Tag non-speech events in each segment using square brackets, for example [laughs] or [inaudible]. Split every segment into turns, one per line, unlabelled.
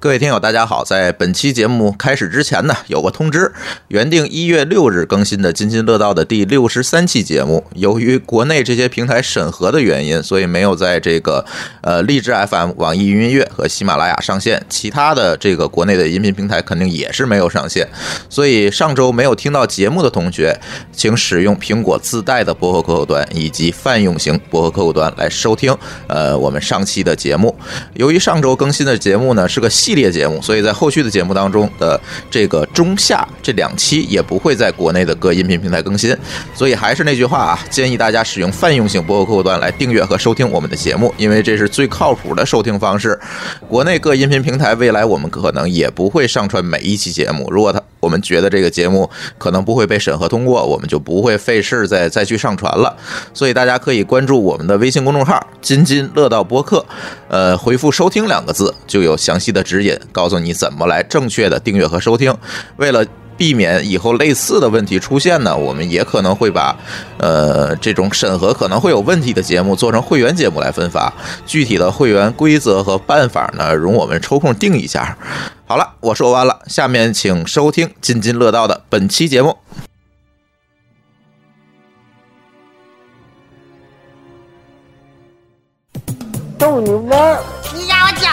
各位听友，大家好！在本期节目开始之前呢，有个通知：原定一月六日更新的《津津乐道》的第六十三期节目，由于国内这些平台审核的原因，所以没有在这个呃荔枝 FM、网易云音乐和喜马拉雅上线。其他的这个国内的音频平台肯定也是没有上线。所以上周没有听到节目的同学，请使用苹果自带的播客客户端以及泛用型播客客户端来收听呃我们上期的节目。由于上周更新的节目呢是个系列节目，所以在后续的节目当中的这个中下这两期也不会在国内的各音频平台更新。所以还是那句话啊，建议大家使用泛用型播客客户端来订阅和收听我们的节目，因为这是最靠谱的收听方式。国内各音频平台未来我们可能也不会上传每一期节目，如果它我们觉得这个节目可能不会被审核通过，我们就不会费事再再去上传了。所以大家可以关注我们的微信公众号“津津乐道播客”，呃，回复“收听”两个字就有详细的指引，告诉你怎么来正确的订阅和收听。为了避免以后类似的问题出现呢，我们也可能会把，呃，这种审核可能会有问题的节目做成会员节目来分发。具体的会员规则和办法呢，容我们抽空定一下。好了，我说完了，下面请收听津津乐道的本期节目。
逗你玩儿，
你压我脚，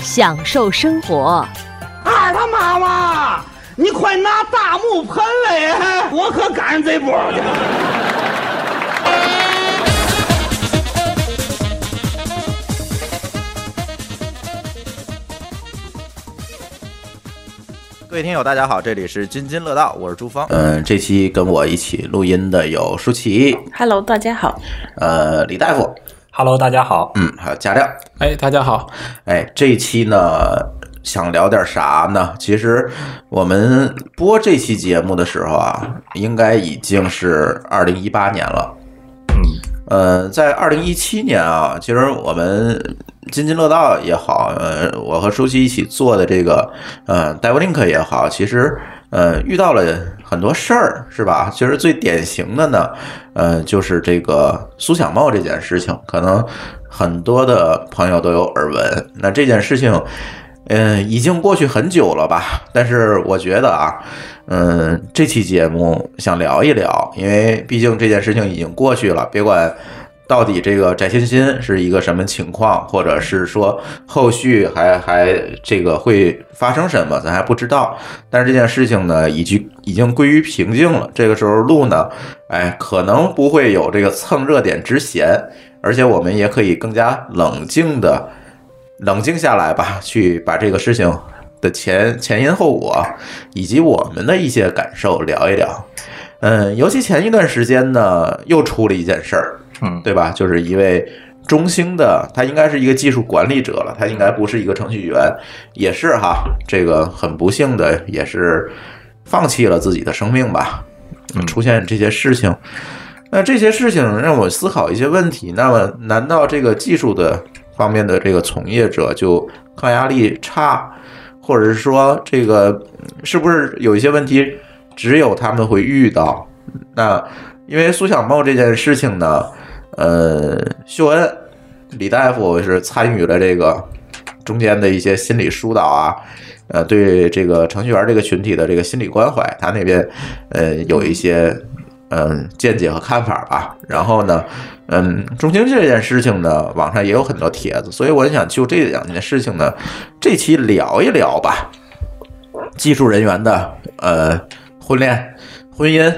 享受生活。
二他妈妈，你快拿大木盆来，我可赶上这波去。
各位听友，大家好，这里是津津乐道，我是朱芳。嗯，这期跟我一起录音的有舒淇，
Hello，大家好。
呃，李大夫，
Hello，大家好。
嗯，还有贾亮。
哎，大家好。
哎，这一期呢，想聊点啥呢？其实我们播这期节目的时候啊，应该已经是二零一八年了。呃，在二零一七年啊，其实我们津津乐道也好，呃，我和舒淇一起做的这个呃 d e v l i n k 也好，其实呃遇到了很多事儿，是吧？其实最典型的呢，呃，就是这个苏小茂这件事情，可能很多的朋友都有耳闻。那这件事情。嗯，已经过去很久了吧？但是我觉得啊，嗯，这期节目想聊一聊，因为毕竟这件事情已经过去了，别管到底这个翟欣欣是一个什么情况，或者是说后续还还这个会发生什么，咱还不知道。但是这件事情呢，已经已经归于平静了。这个时候录呢，哎，可能不会有这个蹭热点之嫌，而且我们也可以更加冷静的。冷静下来吧，去把这个事情的前前因后果，以及我们的一些感受聊一聊。嗯，尤其前一段时间呢，又出了一件事儿，
嗯，
对吧？就是一位中兴的，他应该是一个技术管理者了，他应该不是一个程序员，也是哈，这个很不幸的，也是放弃了自己的生命吧。出现这些事情，那这些事情让我思考一些问题。那么，难道这个技术的方面的这个从业者就抗压力差，或者是说这个是不是有一些问题只有他们会遇到？那因为苏小茂这件事情呢，呃，秀恩李大夫是参与了这个中间的一些心理疏导啊，呃，对这个程序员这个群体的这个心理关怀，他那边呃有一些嗯、呃见解和看法吧。然后呢，嗯，中兴这件事情呢，网上也有很多帖子，所以我想就这两件事情呢，这期聊一聊吧。技术人员的呃婚恋、婚姻，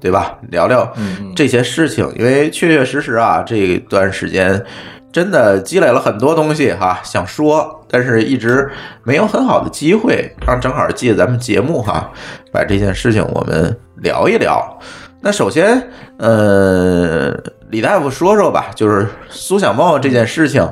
对吧？聊聊这些事情，因为确确实实啊，这段时间真的积累了很多东西哈、想说，但是一直没有很好的机会。然后正好借咱们节目哈、把这件事情我们聊一聊。那首先，呃，李大夫说说吧，就是苏小茂这件事情，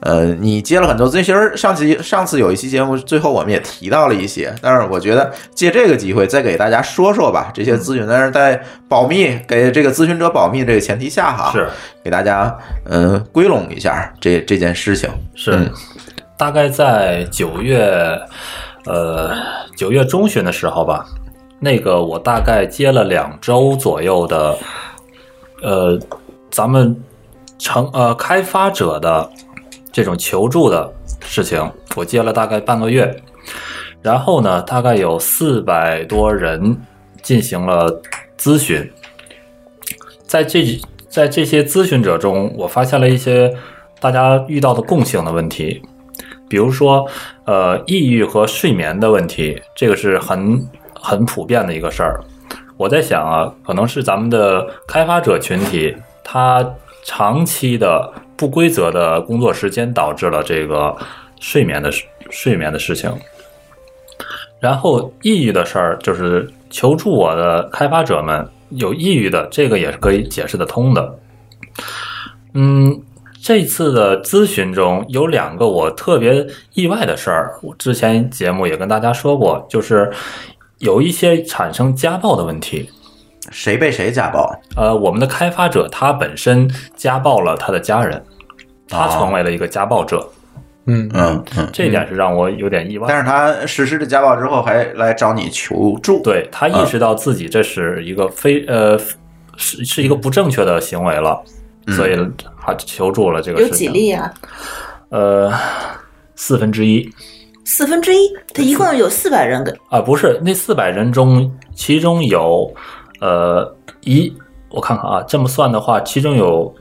呃，你接了很多，这其实上期上次有一期节目，最后我们也提到了一些，但是我觉得借这个机会再给大家说说吧，这些咨询，但是在保密给这个咨询者保密这个前提下哈，
是
给大家呃归拢一下这这件事情，
是
嗯，
大概在九月，呃，九月中旬的时候吧，那个我大概接了两周左右的，呃，咱们成呃开发者的这种求助的事情，我接了大概半个月，然后呢，大概有四百多人进行了咨询，在这在这些咨询者中，我发现了一些大家遇到的共性的问题，比如说，呃，抑郁和睡眠的问题，这个是很很普遍的一个事儿。我在想啊，可能是咱们的开发者群体，他长期的不规则的工作时间导致了这个睡眠的事睡眠的事情。然后抑郁的事儿，就是求助我的开发者们有抑郁的，这个也是可以解释得通的。嗯，这次的咨询中有两个我特别意外的事儿，我之前节目也跟大家说过，就是有一些产生家暴的问题。
谁被谁家暴？
呃，我们的开发者他本身家暴了他的家人，他成为了一个家暴者，
嗯，
嗯嗯，
这一点是让我有点意外。
但是他实施了家暴之后，还来找你求助，，
对他意识到自己这是一个非呃是是一个不正确的行为了，所以他求助了这个
有
事
几
情。
例啊？
呃，四分之一
四分之一，他一共有四百人给
啊，不是那四百人中，其中有呃一，我看看啊，这么算的话，其中有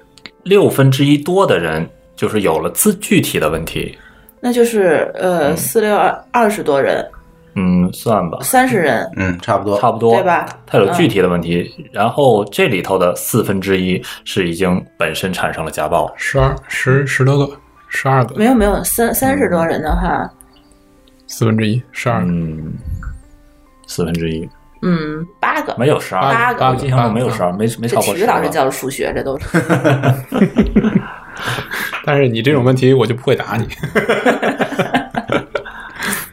六分之一多的人就是有了自具体的问题。
那就是呃四六二二十多人，
嗯，算吧，
三十人，
嗯，差
呃
不多，
差不多，
对吧？
它有
嗯
具体的问题，然后这里头的四分之一是已经本身产生了家暴，
十二
嗯
十十多个，十二个
没，有没有三三十多人的话，
四分之一，十二个，
嗯，四分之一
嗯，八个。
没有十二，
八个
我印象中没有十二，没没
这
超
体
过
育
十
老师
个。
教的数学，这都是
但是你这种问题我就不会答你。
嗯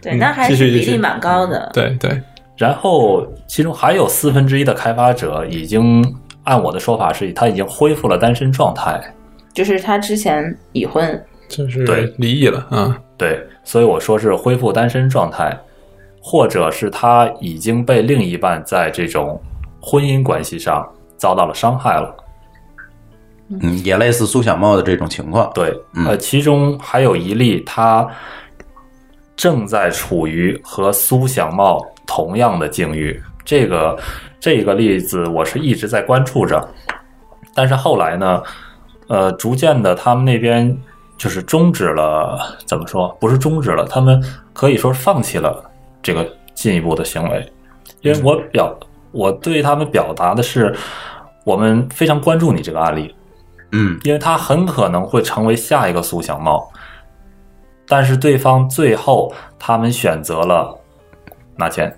对，那还
继
是
续嗯
比
继续
例蛮高的。
对对，
然后其中还有四分之一的开发者已经按我的说法是，他已经恢复了单身状态。
就是他之前已婚，
就是
对
离异了啊，
对，所以我说是恢复单身状态，或者是他已经被另一半在这种婚姻关系上遭到了伤害了。
嗯，也类似苏小茂的这种情况，
对，
嗯
呃，其中还有一例，他正在处于和苏小茂同样的境遇。这个这个例子，我是一直在关注着，但是后来呢，呃，逐渐的，他们那边就是终止了，怎么说？不是终止了，他们可以说是放弃了这个进一步的行为，因为我表我对他们表达的是，我们非常关注你这个案例，
嗯，
因为他很可能会成为下一个苏小茂。但是对方最后他们选择了拿钱，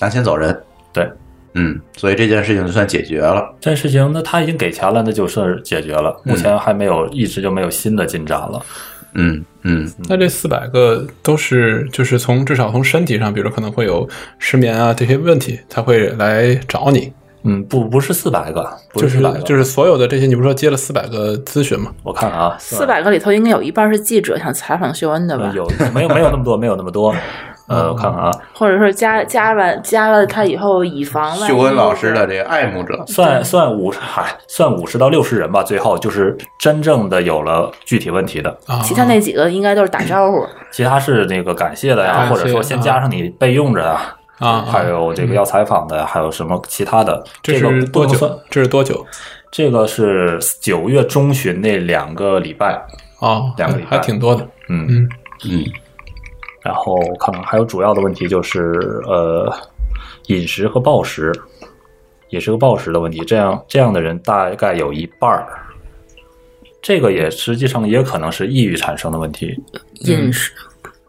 拿钱走人，
对
嗯，所以这件事情就算解决了，
这件事情，那他已经给钱了，那就是解决了。
嗯
目前还没有，一直就没有新的进展了。
嗯嗯
那这四百个都是就是从至少从身体上，比如可能会有失眠啊这些问题，才会来找你。
嗯，不，不是四百个，不
就是
四百个，
就是所有的这些，你不是说接了四百个咨询吗？
我看啊，
四百个里头应该有一半是记者想采访秀恩的吧
呃？有没有没有那么多，没有那么
[laughs]
多。
嗯
呃，我看看啊，
或者说加加完加了他以后，以防万一
秀恩老师的这个爱慕者，
算算五十，嗨，算五十到六十人吧。最后就是真正的有了具体问题的，
啊，
其他那几个应该都是打招呼，
其他是那个感谢的呀，
感谢
或者说先加上你备用着呀，
啊，
还有这个要采访的呀，还有什么其他的？
这
个
是
不
多
能算
久？，这是多久？
这个是九月中旬那两个礼拜，
哦，
两个礼拜
还挺多的。
嗯
嗯
嗯，
然后我看看还有主要的问题就是呃，饮食和暴食，饮食和暴食的问题，这样这样的人大概有一半儿。这个也实际上也可能是抑郁产生的问题，
饮
嗯
食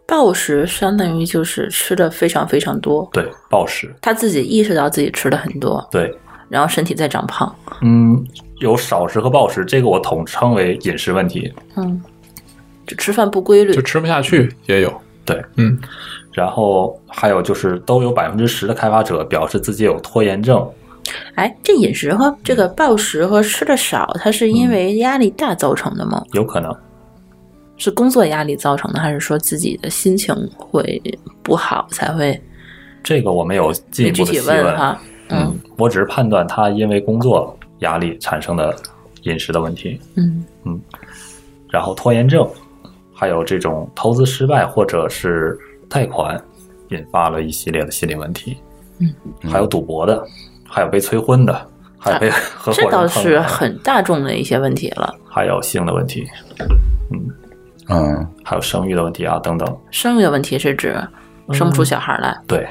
暴食相当于就是吃的非常非常多，
对暴食，
他自己意识到自己吃的很多，
对
然后身体在长胖。
嗯，有少食和暴食，这个我统称为饮食问题。
嗯，就吃饭不规律
就，吃不下去也有。
对，
嗯，
然后还有就是都有百分之十的开发者表示自己有拖延症，
哎，这饮食和这个暴食和吃的少，它是
嗯
因为压力大造成的吗？
有可能
是工作压力造成的，还是说自己的心情会不好才会？
这个我没有进
没
一
具
步的
体
细
问哈，
嗯，我只是判断他因为工作压力产生的饮食的问题，
嗯，
然后拖延症，还有这种投资失败或者是贷款引发了一系列的心理问题，嗯，还有赌博的，还有被催婚的，还有被合伙
啊这
人啊
倒
坑
是
的
很大众的一些问题了。
还有性的问题，
嗯，
还有生育的问题啊等等，
生育的问题是指生
嗯
不出小孩来，
对，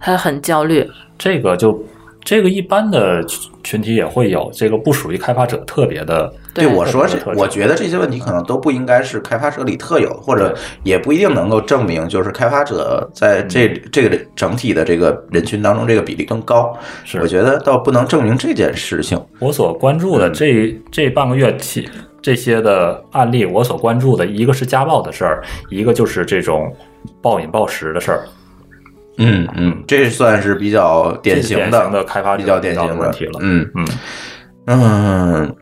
他很焦虑，
这个就这个一般的群群体也会有，这个不属于开发者特别的，
对，我说
特
这
别特，征
我觉得这些问题可能都不应该是开发者里特有，或者也不一定能够证明，就是开发者在这
嗯
这个整体的这个人群当中，这个比例更高。
是
我觉得倒不能证明这件事情。
我所关注的这、这半个月起这些的案例，我所关注的一个是家暴的事儿，一个就是这种暴饮暴食的事儿，
嗯嗯，这算是比较典型
这是典型的开发
比
者
较典型
遇到的问题了
嗯
嗯，
嗯，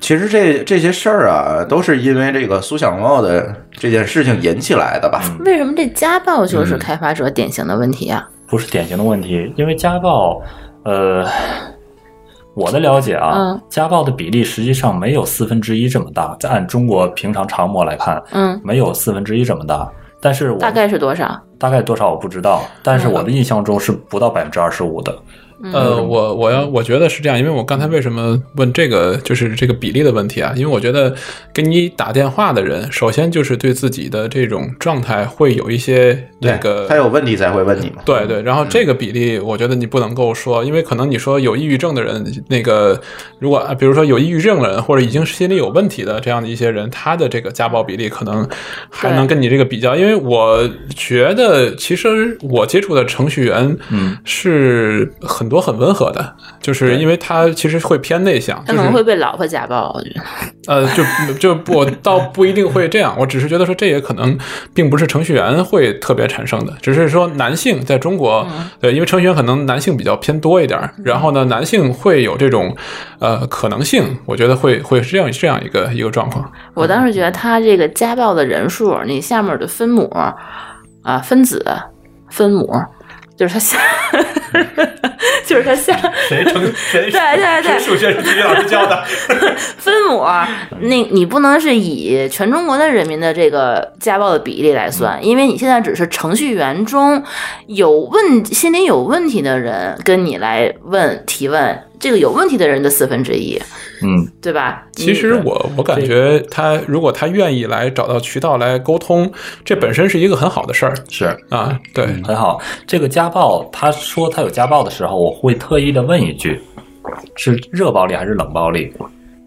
其实这这些事儿啊，都是因为这个苏小茂的这件事情引起来的吧？
嗯
为什么这家暴
嗯
就是开发者典型的问题啊？
不是典型的问题，因为家暴，呃，我的了解啊，
嗯
家暴的比例实际上没有四分之一这么大，在按中国平常常模来看，
嗯，
没有四分之一这么大，但是我
大概是多嗯少？
大概多少我不知道，但是我的印象中是不到百分之二十五的。
嗯
呃，我
嗯
我要我觉得是这样，因为我刚才为什么问这个就是这个比例的问题啊？因为我觉得给你打电话的人，首先就是对自己的这种状态会有一些那个
他有问题才会问你嘛。
对对，然后这个比例，我觉得你不能够说，因为可能你说有抑郁症的人，那个如果啊比如说有抑郁症的人，或者已经心理有问题的这样的一些人，他的这个家暴比例可能还
对
能跟你这个比较，因为我觉得其实我接触的程序员，
嗯，
是很多很温和的，就是因为他其实会偏内向，
他可
就是
能会被老婆家暴，我觉得
呃，就就不我倒不一定会这样，我只是觉得说这也可能并不是程序员会特别产生的，只是说男性在中国，
嗯
对，因为程序员可能男性比较偏多一点儿，然后呢，男性会有这种呃可能性，我觉得会会是这样这样一个一个状况。
我当时觉得他这个家暴的人数，你下面的分母啊、分子、分母，就是他下， [laughs] 就是他下
谁成谁
[laughs] 对对对
数学是体育老师教的？
分母，啊那你不能是以全中国的人民的这个家暴的比例来算，因为你现在只是程序员中有问心理有问题的人跟你来问提问，这个有问题的人的四分之一，
嗯，
对吧？
[laughs] 其实我我感觉他如果他愿意来找到渠道来沟通，这本身是一个很好的事儿
是
啊，对，
嗯
很好。这个家暴，他说他有家暴的时候，我会特意的问一句，是热暴力还是冷暴力？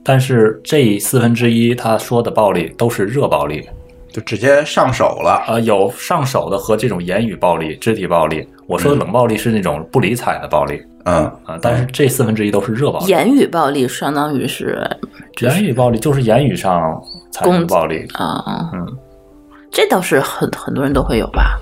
但是这四分之一他说的暴力都是热暴力，
就直接上手了。
呃，有上手的和这种言语暴力、肢体暴力。我
嗯
说的冷暴力是那种不理睬的暴力
嗯，
啊、但是这四分之一都是热暴
你
力。
言语暴力相当于是
言语暴力就是言语上产生的
攻击
暴力，
啊，
嗯，
这倒是很很多人都会有吧。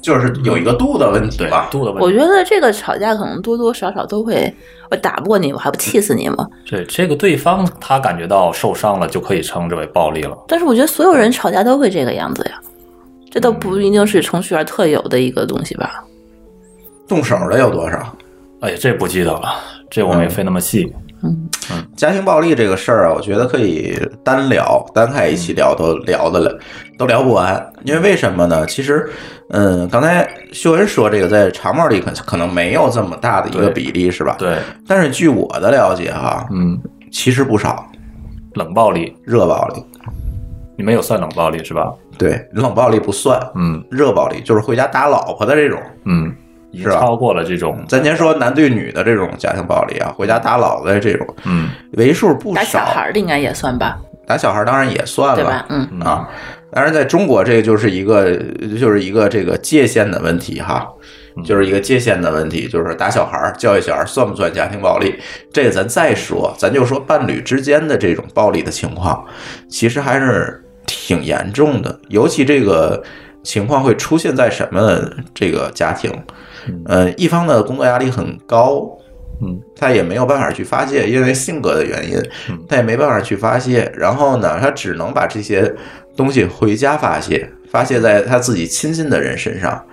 就是有一个度的问题
对
吧。
度的问题。
我觉得这个吵架可能多多少少都会，我打不过你，我还不气死你吗？
对这个对方他感觉到受伤了，就可以称之为暴力了。
但是我觉得所有人吵架都会这个样子呀，这都不一定是程序员特有的一个东西吧？
动手的有多少？
哎，这不记得了，这我没分那么细。
嗯家庭暴力这个事儿啊，我觉得可以单聊，单开一期聊都聊的了，都聊不完。因为为什么呢？其实，嗯，刚才秀恩说这个在长帽里可可能没有这么大的一个
对
比例，是吧？。
对，
但是据我的了解哈、
嗯，
其实不少
冷暴力
热暴力，
你没有算冷暴力是吧？
对冷暴力不算，
嗯
热暴力就是回家打老婆的这种。
嗯，已
是啊
经
吧
超过了这种，
咱先说男对女的这种家庭暴力啊，回家打老婆的这种
嗯
为数不
打小
少。
孩儿的应该也算吧，
打小孩儿当然也算
对
了
吧？嗯，
嗯
啊。当然，在中国这就是一个就是一个这个界限的问题哈，就是一个界限的问题，就是打小孩儿、教育小孩儿算不算家庭暴力？这个咱再说，咱就说伴侣之间的这种暴力的情况，其实还是。挺严重的，尤其这个情况会出现在什么这个家庭？呃，一方的工作压力很高，
嗯，
他也没有办法去发泄，因为性格的原因，他也没办法去发泄。然后呢，他只能把这些东西回家发泄，发泄在他自己亲近的人身上。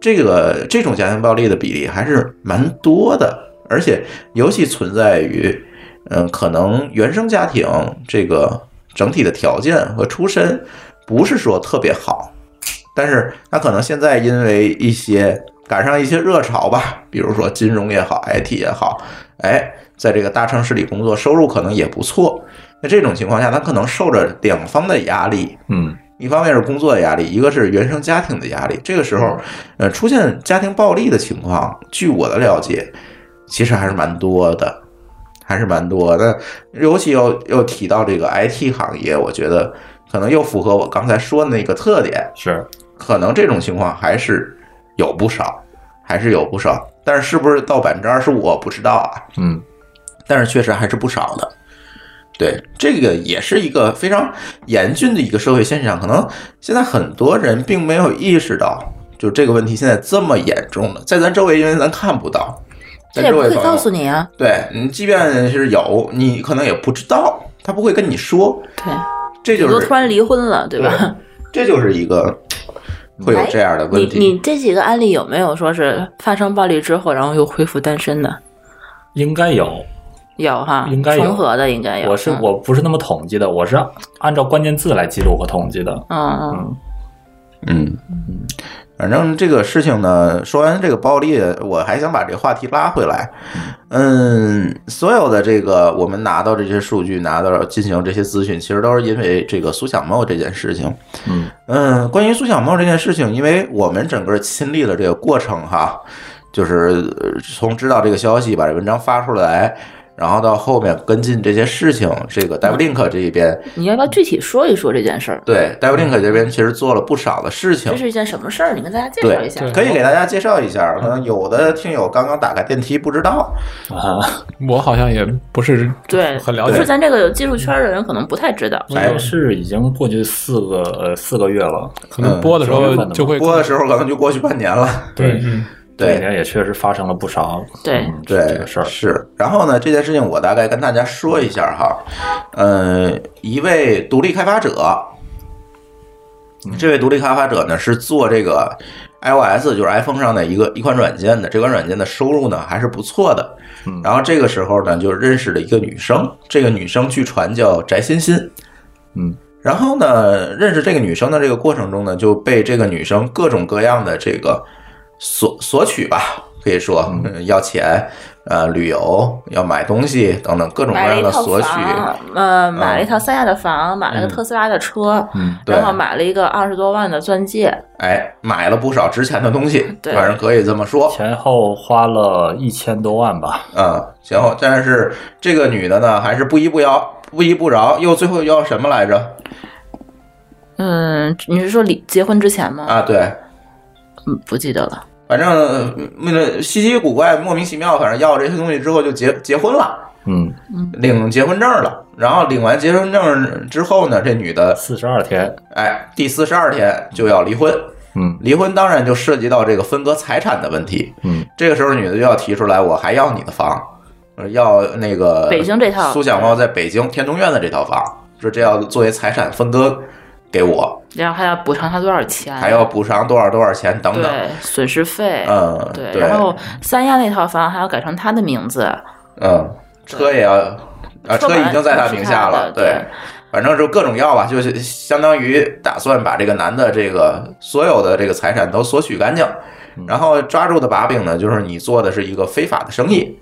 这个这种家庭暴力的比例还是蛮多的，而且尤其存在于，嗯、可能原生家庭这个整体的条件和出身不是说特别好，但是他可能现在因为一些赶上一些热潮吧，比如说金融也好，IT 也好，哎，在这个大城市里工作，收入可能也不错。那这种情况下，他可能受着两方的压力，
嗯，
一方面是工作的压力，一个是原生家庭的压力。这个时候，呃，出现家庭暴力的情况，据我的了解，其实还是蛮多的，还是蛮多的。尤其又又提到这个 IT 行业，我觉得可能又符合我刚才说的那个特点，
是
可能这种情况还是有不少，还是有不少。但是是不是到百分之二十五，我不知道啊。
嗯，
但是确实还是不少的。对，这个也是一个非常严峻的一个社会现象，可能现在很多人并没有意识到，就这个问题现在这么严重了，在咱周围，因为咱看不到，
这
在
也
周
不
围
会
朋
告
友
诉你啊。
对你，即便是有，你可能也不知道，他不会跟你说，
对，
这就
比如
是
突然离婚了，对吧？
这就是一个会有这样的问
你
题。
你这几个案例有没有说是发生暴力之后，然后又恢复单身的？
应该有。
有哈，
应该有
重合的应该有。
我是
嗯
我不是那么统计的，我是按照关键字来记录和统计的。
嗯嗯，
嗯，
嗯，反正这个事情呢，说完这个暴力，我还想把这个话题拉回来。嗯，所有的这个我们拿到这些数据，拿到进行这些咨询，其实都是因为这个苏小茂这件事情。
嗯
嗯，关于苏小茂这件事情，因为我们整个亲历了这个过程哈，就是呃从知道这个消息，把这文章发出来。然后到后面跟进这些事情，这个 DevLink 这一边，
你要不要具体说一说这件事儿？
对 DevLink 这边其实做了不少的事情
这，是一件什么事儿？你跟大家介绍
对
一下。，
可以给大家介绍一下。
嗯
可能有的听友刚刚打开电梯不知道， [laughs]
啊，
我好像也不是
对，
很了
不是
解。
咱这个技术圈的人可能不太知道。
哎
还是已经过去四个呃四个月了。
可能播的时候就会
播的时候可能就过去半
[laughs]
年了。
对，
嗯
这里
对
面也确实发生了不少
对
嗯
对，
这个事儿。
是。然后呢，这件事情我大概跟大家说一下哈。呃，一位独立开发者，
嗯
这位独立开发者呢是做这个 iOS，就是 iPhone 上的一个一款软件的。这款软件的收入呢还是不错的。然后这个时候呢，就认识了一个女生，这个女生据传叫翟欣欣。
嗯，
然后呢，认识这个女生的这个过程中呢，就被这个女生各种各样的这个索索取吧，可以说、嗯要钱，呃，旅游，要买东西等等各种各
买了
样
一
的
套
索取。嗯
房，呃，买了一套三亚的房，买了个特斯拉的车，
嗯
对
然后买了一个二十多万的钻戒，
哎，买了不少值钱的东西，
对
反正可以这么说。
前后花了一千多万吧，
嗯，然后但是这个女的呢，还是不依不饶，不依不饶，又最后要什么来着？
嗯，你是说离结婚之前吗？
啊，对，
嗯，不记得了。
反正呃那个稀奇古怪、莫名其妙，反正要了这些东西之后就结结婚了，
嗯，
领结婚证了。然后领完结婚证之后呢，这女的
四十二天，
哎，第四十二天就要离婚。
嗯
离婚当然就涉及到这个分割财产的问题。
嗯，
这个时候女的就要提出来，我还要你的房，呃要那个呃
北京这套
苏小茂在北京天通苑的这套房，说这要作为财产分割给我，
然后还要补偿他多少钱？
还要补偿多少多少钱等等。
哎对损失费，
嗯，
对，然后三亚那套房还要改成他的名字，
嗯，车也要啊，
车
车
本来
已经在他名下
就是他
了，
的对
反正就各种要吧，就是相当于打算把这个男的这个所有的这个财产都索取干净，
嗯
然后抓住的把柄呢，就是你做的是一个非法的生意。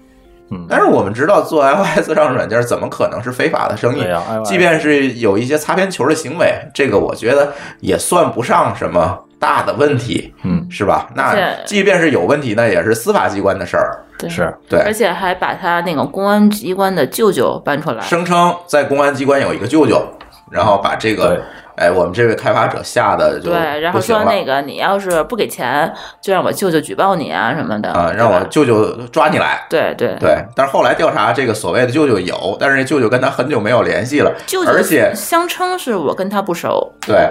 嗯
但是我们知道做 iOS 上软件怎么可能是非法的生意
对呀？，iOS
即便是有一些擦边球的行为，这个我觉得也算不上什么大的问题，
嗯
是吧？
而
那
且
即便是有问题，那也是司法机关的事儿，
对，
是
对。
而且还把他那个公安机关的舅舅搬出来，
声称在公安机关有一个舅舅，然后把这个哎，我们这位开发者吓得就
对，然后
不行
说
了
那个你要是不给钱，就让我舅舅举报你啊什么的
啊，让我舅舅抓你来。
对对
对，但是后来调查这个所谓的舅舅有，但是这舅舅跟他很久没有联系了，
舅舅
而且
相称是我跟他不熟，
对，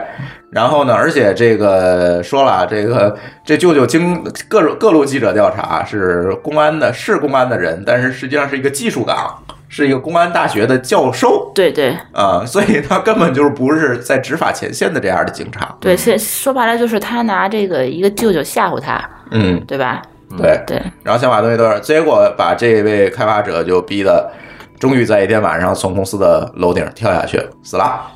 然后呢，而且这个说了啊，这个这舅舅经各路各路记者调查，啊是公安的，是公安的人，但是实际上是一个技术岗，是一个公安大学的教授
对对
啊、所以他根本就是不是在执法前线的这样的警察。
对，现说白了就是他拿这个一个舅舅吓唬他，
嗯，
对吧？
对
对，
然后想把东西都是，结果把这位开发者就逼的，终于在一天晚上从公司的楼顶跳下去死了。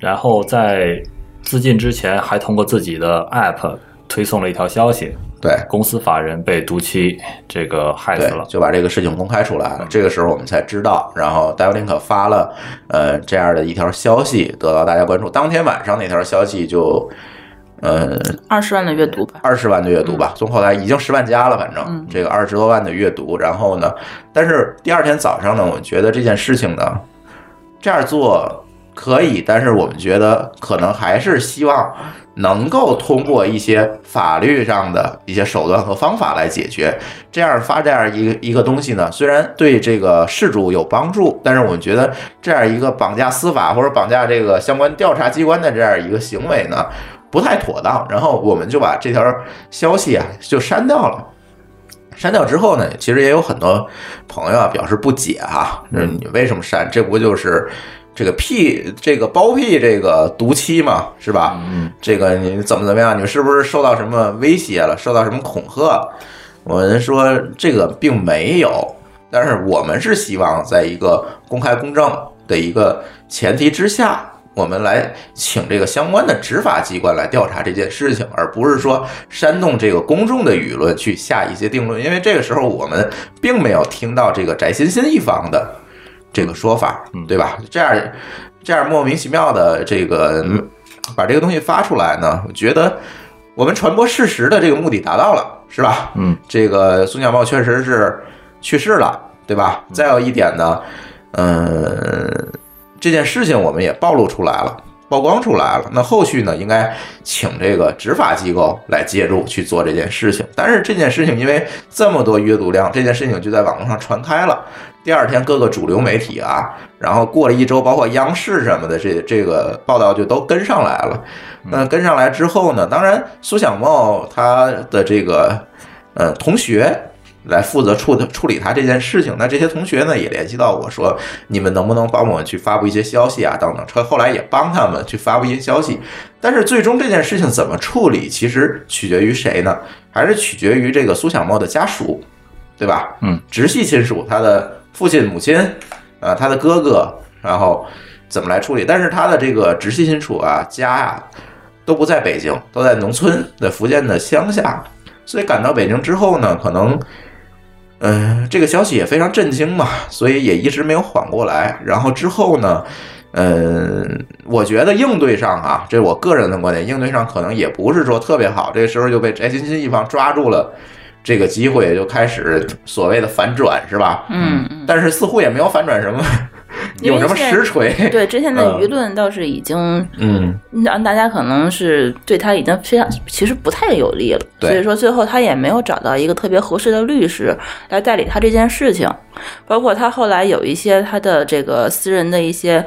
然后在自尽之前还通过自己的 App 推送了一条消息，
对，
公司法人被毒妻这个害死
对
了，。嗯
就把这个事情公开出来了。这个时候我们才知道，然后 d a v i n k 发了呃这样的一条消息，得到大家关注。当天晚上那条消息就呃
二十万的阅读吧，
二十万的阅读吧，从后台已经十万加了，反正、
嗯
这个二十多万的阅读。然后呢，但是第二天早上呢，我觉得这件事情呢，这样做可以，但是我们觉得可能还是希望能够通过一些法律上的一些手段和方法来解决。这样发这样一个一个东西呢，虽然对这个事主有帮助，但是我们觉得这样一个绑架司法或者绑架这个相关调查机关的这样一个行为呢，不太妥当。然后我们就把这条消息啊就删掉了。删掉之后呢，其实也有很多朋友啊表示不解哈、啊，就是你为什么删？这不就是这个屁这个包庇这个毒妻嘛，是吧？这个你怎么怎么样？你是不是受到什么威胁了？受到什么恐吓了？我们说这个并没有，但是我们是希望在一个公开公正的一个前提之下，我们来请这个相关的执法机关来调查这件事情，而不是说煽动这个公众的舆论去下一些定论，因为这个时候我们并没有听到这个翟欣欣一方的这个说法，对吧？这样这样莫名其妙的这个嗯把这个东西发出来呢，我觉得我们传播事实的这个目的达到了，是吧？
嗯，
这个孙小茂确实是去世了，对吧？再有一点呢，嗯，这件事情我们也暴露出来了。曝光出来了，那后续呢？应该请这个执法机构来介入去做这件事情。但是这件事情因为这么多阅读量，这件事情就在网络上传开了。第二天，各个主流媒体啊，然后过了一周，包括央视什么的，这这个报道就都跟上来了。那跟上来之后呢，当然苏小茂他的这个呃同学来负责处处理他这件事情。那这些同学呢也联系到我说，你们能不能帮我们去发布一些消息啊等等。他后来也帮他们去发布一些消息，但是最终这件事情怎么处理，其实取决于谁呢？还是取决于这个苏小茂的家属，对吧？
嗯，
直系亲属，他的父亲、母亲，啊，他的哥哥，然后怎么来处理？但是他的这个直系亲属啊，家啊，都不在北京，都在农村的福建的乡下，所以赶到北京之后呢，可能，嗯、这个消息也非常震惊嘛，所以也一直没有缓过来。然后之后呢，嗯，我觉得应对上啊，这是我个人的观点，应对上可能也不是说特别好。这个时候就被翟欣欣一方抓住了这个机会，就开始所谓的反转，是吧？
嗯，
但是似乎也没有反转什么，有什么实锤。
对，之前的
嗯
舆论倒是已经
嗯，
让大家可能是对他已经非常其实不太有利了，
对
所以说最后他也没有找到一个特别合适的律师来代理他这件事情，包括他后来有一些他的这个私人的一些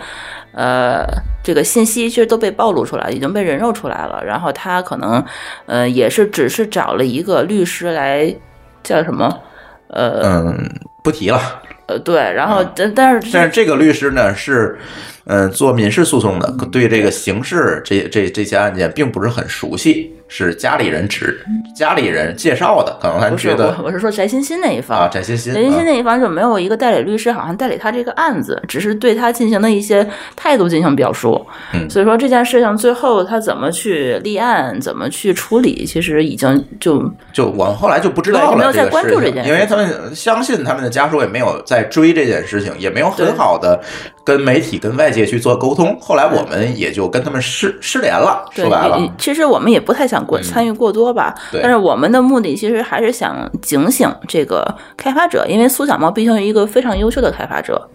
呃这个信息，其实都被暴露出来，已经被人肉出来了，然后他可能呃也是只是找了一个律师来叫什么呃、
嗯，不提了。
呃对，然后但但是
嗯但是这个律师呢是，嗯、做民事诉讼的，对这个刑事这这这些案件并不是很熟悉，是家里人指家里人介绍的，可能他
不是
觉得
我我是说翟欣欣那一方
啊，翟欣欣，
等于
啊
现在一方就没有一个代理律师，好像代理他这个案子，只是对他进行的一些态度进行表述。
嗯
所以说这件事情最后他怎么去立案，怎么去处理，其实已经就
就我们后来就不知道
对
了
没有
这
再
个
关
事
注这
情，
件事
因为他们相信他们的家属也没有在追这件事情，也没有很好的跟媒体、跟外界去做沟通。后来我们也就跟他们失失联了，
对
说白，了嗯
也，其实我们也不太想过参与过多吧，
对
但是我们的目的其实还是想警醒这个开发者，因为苏小猫毕竟是一个非常优秀的开发者。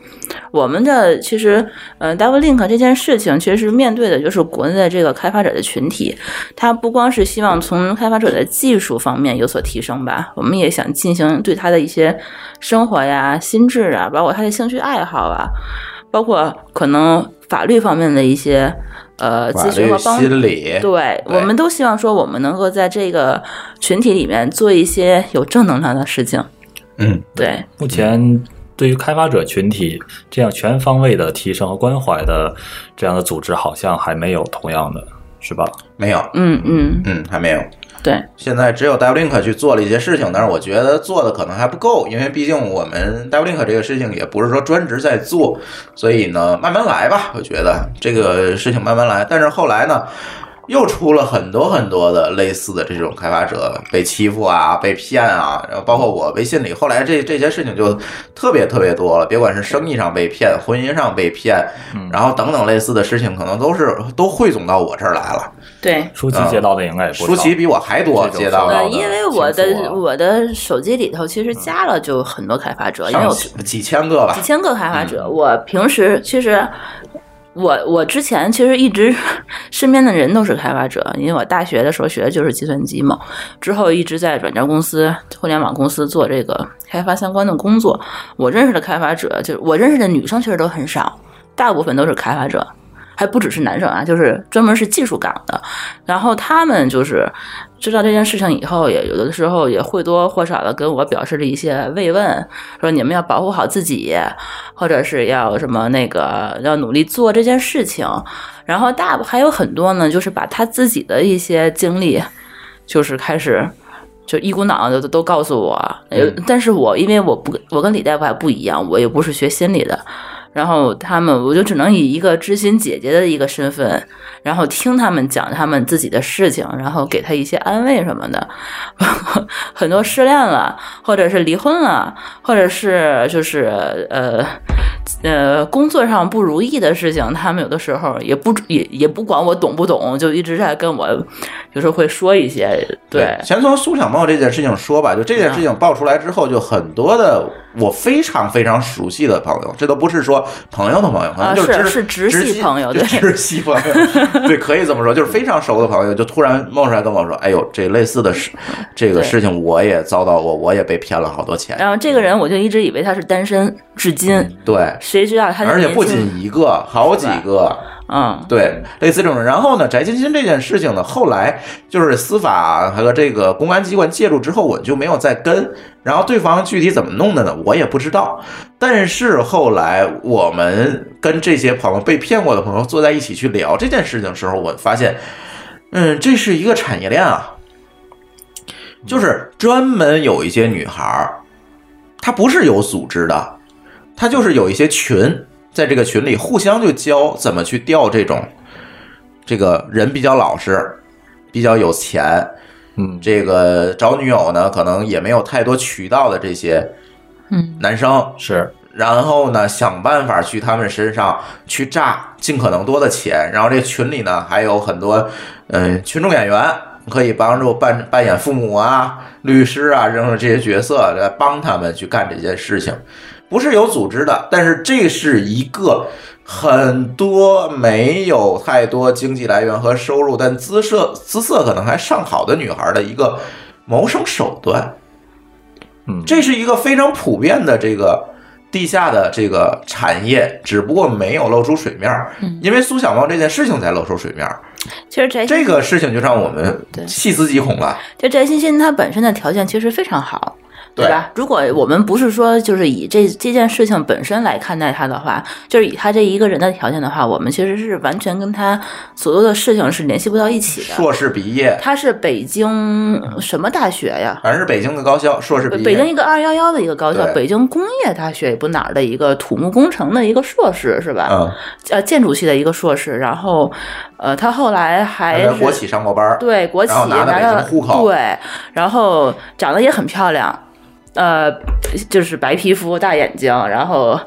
我们的其实，呃，Double Link 这件事情其实是面对的就是国内的这个开发者的群体，他不光是希望从开发者的技术方面有所提升吧，我们也想进行对他的一些生活呀、心智啊，包括他的兴趣爱好啊，包括可能法律方面的一些呃
法
咨询
律
和帮
心理
哎对，我们都希望说我们能够在这个群体里面做一些有正能量的事情。
嗯，
对，
目前对于开发者群体这样全方位的提升和关怀的这样的组织，好像还没有同样的，是吧？
没有，
嗯嗯
嗯，还没有。
对，
现在只有 DevLink 去做了一些事情，但是我觉得做的可能还不够，因为毕竟我们 DevLink 这个事情也不是说专职在做，所以呢，慢慢来吧。我觉得这个事情慢慢来。但是后来呢，又出了很多很多的类似的这种开发者被欺负啊、被骗啊，然后包括我微信里，后来这这些事情就特别特别多了，别管是生意上被骗、婚姻上被骗，然后等等类似的事情，可能都是都汇总到我这儿来了。
对，
舒淇接到的应该也不少。
舒呃淇比我还多
这种
接到
收
的
呃，
的
因为我
情
的
况
我的手机里头其实加了就很多开发者，因为
上
我
几几千个吧嗯
几，千个开发者，我平时其实。我我之前其实一直 [laughs] 身边的人都是开发者，因为我大学的时候学的就是计算机嘛，之后一直在软件公司、互联网公司做这个开发相关的工作。我认识的开发者，就是我认识的女生其实都很少，大部分都是开发者，还不只是男生啊，就是专门是技术岗的。然后他们就是知道这件事情以后，也有的时候也会多或少的跟我表示了一些慰问，说你们要保护好自己，或者是要什么那个要努力做这件事情。然后大还有很多呢，就是把他自己的一些经历，就是开始。就一股脑的都都告诉我，呃但是我因为我不我跟李大夫还不一样，我也不是学心理的，然后他们我就只能以一个知心姐姐的一个身份，然后听他们讲他们自己的事情，然后给他一些安慰什么的。 [laughs] 很多失恋了，或者是离婚了，或者是就是呃呃工作上不如意的事情，他们有的时候也不也也不管我懂不懂，就一直在跟我有时候会说一些对
先从苏小茂这件事情说吧，就这件事情爆出来之后，就很多的我非常非常熟悉的朋友，这都不是说朋友的朋友，可能
啊
就是知
是直
直
系朋友
就
对
直系朋
[laughs]
友，对，可以这么说，就是非常熟的朋友，就突然冒出来跟我说：“哎呦，这类似的事，这个
对
事情我也遭到过，我也被骗了好多钱。
然后这个人我就一直以为他是单身，至今”
对，
谁知道他
嗯
在
而且
年
不
轻
仅一个，好几个。
嗯
对，类似这种人。然后呢，翟欣欣这件事情呢，后来就是司法和这个公安机关介入之后，我就没有再跟。然后对方具体怎么弄的呢，我也不知道。但是后来我们跟这些朋友被骗过的朋友坐在一起去聊这件事情的时候，我发现，嗯，这是一个产业链啊，就是专门有一些女孩儿，她不是有组织的，他就是有一些群，在这个群里互相就教怎么去钓这种，这个人比较老实，比较有钱，
嗯，
这个找女友呢可能也没有太多渠道的这些
嗯
男生，
是
然后呢想办法去他们身上去诈尽可能多的钱，然后这群里呢还有很多嗯、呃群众演员。可以帮助扮扮演父母啊、律师啊，这种这些角色来帮他们去干这件事情。不是有组织的，但是这是一个很多没有太多经济来源和收入，但姿色姿色可能还尚好的女孩的一个谋生手段。
嗯，
这是一个非常普遍的这个地下的这个产业，只不过没有露出水面儿，因为苏小茂这件事情才露出水面儿。
其实翟
这个事情就让我们细思极恐了。
就翟欣欣她本身的条件其实非常好，
对
对吧？如果我们不是说就是以这这件事情本身来看待她的话，就是以她这一个人的条件的话，我们其实是完全跟她所做的事情是联系不到一起的。
硕士毕业，
她是北京什么大学呀？
反正是北京的高校，硕士毕业，
北京一个二幺幺的一个高校，
对
北京工业大学也不哪儿的一个土木工程的一个硕士是吧？
嗯，
呃，建筑系的一个硕士，然后，呃，她后来
还
还
在
是
国企上过班儿，
对，国企
然后拿
拿
了北京
到
户口
对，然后长得也很漂亮，呃，就是白皮肤、大眼睛，然后，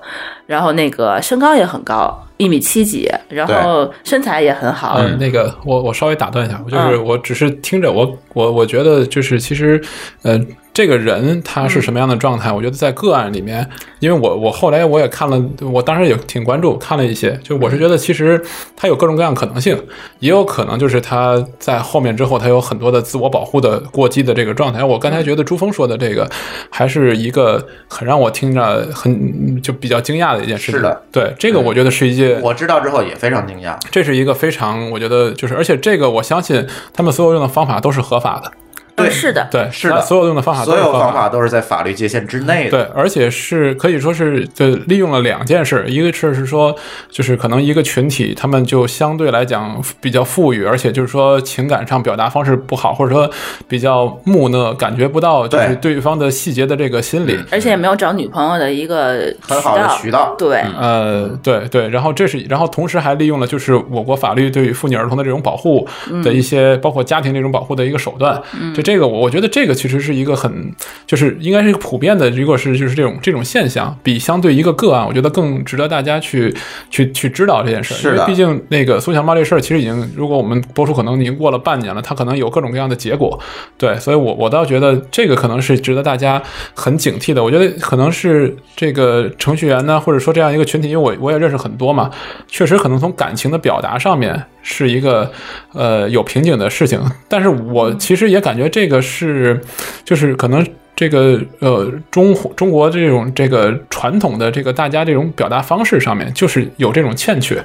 然后那个身高也很高，一米七几，然后身材也很好。
嗯，那个我我稍微打断一下，就是
嗯
我只是听着我我我觉得就是其实，呃，这个人他是什么样的状态？我觉得在个案里面，因为我我后来我也看了，我当时也挺关注，看了一些，就我是觉得其实他有各种各样的可能性，也有可能就是他在后面之后他有很多的自我保护的过激的这个状态。我刚才觉得朱峰说的这个还是一个很让我听着很就比较惊讶的一件事情。
是的，
对这个我觉得是一件
我知道之后也非常惊讶，
这是一个非常，我觉得就是，而且这个我相信他们所有用的方法都是合法的，
对，嗯是的，
对，
是的，
他所有用的方法都
所
是
有
合
方
法
法都是在法律界限之内
对
的。，
而且是可以说是对利用了两件事，一个事是说，就是可能一个群体他们就相对来讲比较富裕，而且就是说情感上表达方式不好，或者说比较木讷，感觉不到就是对方的细节的这个心理，
而且也没有找女朋友的一个
很好的渠道
对，
呃，对对，然后这是，然后同时还利用了就是我国法律对于妇女儿童的这种保护的一些，包括家庭这种保护的一个手段。就这个，我我觉得这个其实是一个很，就是应该是一个普遍的，如果是就是这种这种现象，比相对一个个案，我觉得更值得大家去去去知道这件事儿。
是
因
的
为毕竟那个苏强茂这事儿，其实已经，如果我们播出，可能已经过了半年了，它可能有各种各样的结果。对，所以我我倒觉得这个可能是值得大家很警惕的。我觉得可能是这个程序员呢，或者说这样一个群体，因为我我也认识很多嘛，确实可能从感情的表达上面是一个呃有瓶颈的事情。但是我其实也感觉这个是，就是可能。这个呃，中中国这种这个传统的这个大家这种表达方式上面，就是有这种欠缺，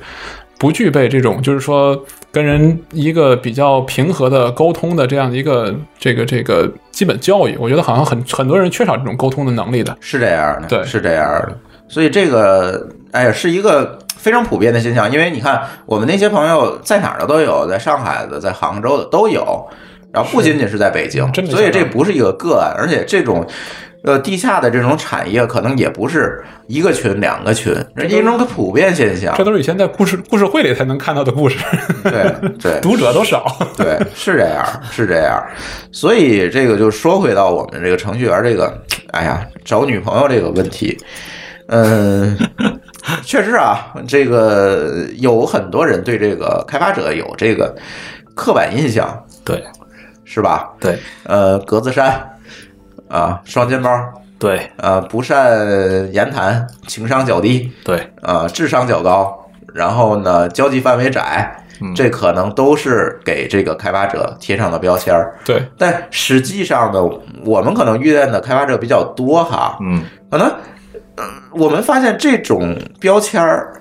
不具备这种就是说跟人一个比较平和的沟通的这样的一个这个这个基本教育，我觉得好像很很多人缺少这种沟通的能力的。
是这样的，
对
是这样的。所以这个，哎呀，是一个非常普遍的现象，因为你看，我们那些朋友在哪儿的都有，在上海的，在杭州的都有，然后不仅仅是在北京
真，没
所以
想到
这不是一个个案，而且这种。呃，地下的这种产业可能也不是一个群、两个群，是一种普遍现
啊
象
这。都是以前在故事故事会里才能看到的故事，
对对，
读者都
[laughs]
少。
[laughs] 对，是这样，是这样。所以这个就说回到我们这个程序员这个，哎呀，找女朋友这个问题，嗯， [laughs] 确实啊，这个有很多人对这个开发者有这个刻板印象，
对
是吧？
对
呃，格子衫啊，双肩包。
对
呃，不善言谈，情商较低，
对，
呃，智商较高，然后呢，交际范围窄，
嗯
这可能都是给这个开发者贴上的标签儿。
对，
但实际上呢，我们可能遇见的开发者比较多哈，
嗯
可能、呃我们发现这种标签儿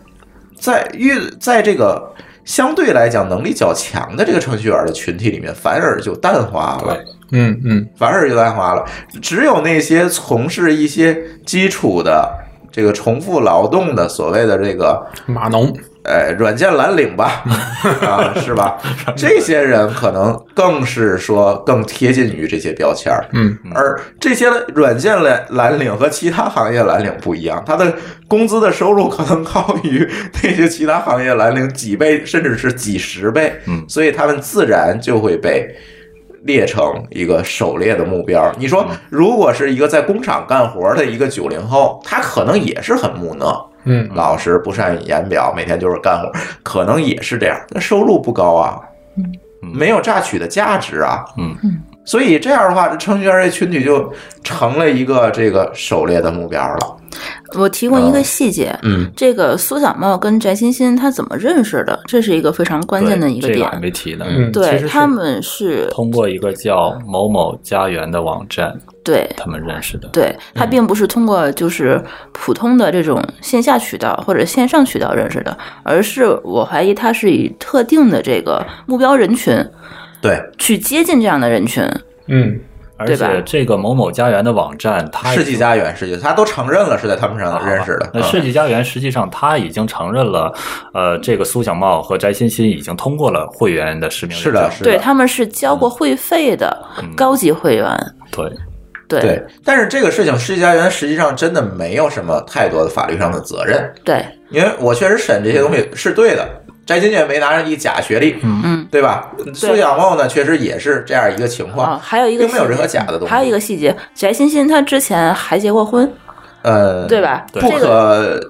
在遇在这个相对来讲能力较强的这个程序员的群体里面，反而就淡化了
对。
嗯嗯，
反而就淡化了。只有那些从事一些基础的这个重复劳动的所谓的这个
嗯码农，
呃软件蓝领吧，啊是吧？这些人可能更是说更贴近于这些标签儿。
嗯，
而这些软件蓝蓝领和其他行业蓝领不一样，他的工资的收入可能高于那些其他行业蓝领几倍，甚至是几十倍。
嗯
所以他们自然就会被列成一个狩猎的目标。你说，如果是一个在工厂干活的一个九零后，他可能也是很木讷。
嗯
老实不善言表，每天就是干活，可能也是这样。那收入不高啊，没有榨取的价值啊，
嗯
所以这样的话，程序员这群体就成了一个这个狩猎的目标了。
我提供一个细节，
嗯，
这个苏小茂跟翟欣欣他怎么认识的？这是一个非常关键的一
对这
点
还。没提呢。
嗯，其
对
实是
他们是，
通过一个叫某某家园的网站，
对
他们认识的。
对，
嗯
他并不是通过就是普通的这种线下渠道或者线上渠道认识的，而是我怀疑他是以特定的这个目标人群
对，
去接近这样的人群。
嗯
而
对吧
且这个某某家园的网站，它
世纪家园，世纪他都承认了是在他们上认识的。
那
嗯
世纪家园实际上他已经承认了，呃，这个苏小茂和翟欣欣已经通过了会员的实名认
是的，
证
是
对，
的，
他们是交过会费的高级会员。
对，
嗯对。但是这个事情，世纪家园实际上真的没有什么太多的法律上的责任，
对
因为我确实审这些东西是对的，翟金也没拿上一假学历，
嗯，
对吧？苏小茂呢，确实也是这样一个情况，
啊还有一个
并没有
细节
任何假的东西
还。有一个细节，翟欣欣她之前还结过婚，
呃，
对吧对
不
这
可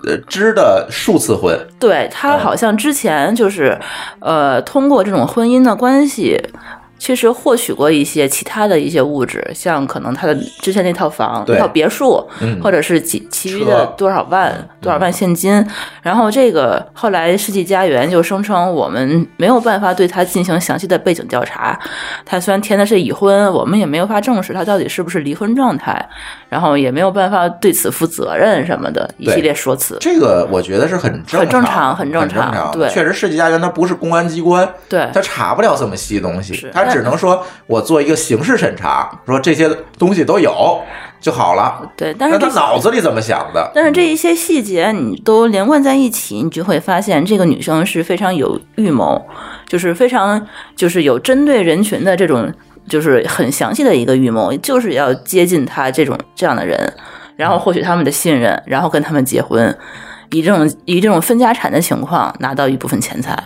呃知的数次婚，
对她好像之前就是，呃，通过这种婚姻的关系。其实获取过一些其他的一些物质，像可能她的之前那套房、
对
那套别墅，
嗯
或者是其其余
车
的多少万、
嗯
多少万现金。然后这个后来世纪佳缘就声称我们没有办法对她进行详细的背景调查，她虽然填的是已婚，我们也没有法证实她到底是不是离婚状态，然后也没有办法对此负责任什么的一
对
系列说辞。
这个我觉得是很正
很正常
很
很
正
正常对
确实世纪佳缘它不是公安机关，
对
它查不了这么细东西，它
那
只能说我做一个形式审查，说这些东西都有就好了。
对但是
那他
这些
脑子里怎么想的？
但是这一些细节你都连贯在一起，你就会发现这个女生是非常有预谋，就是非常就是有针对人群的这种，就是很详细的一个预谋，就是要接近他这种这样的人，然后获取他们的信任，然后跟他们结婚，以这种以这种分家产的情况拿到一部分钱财。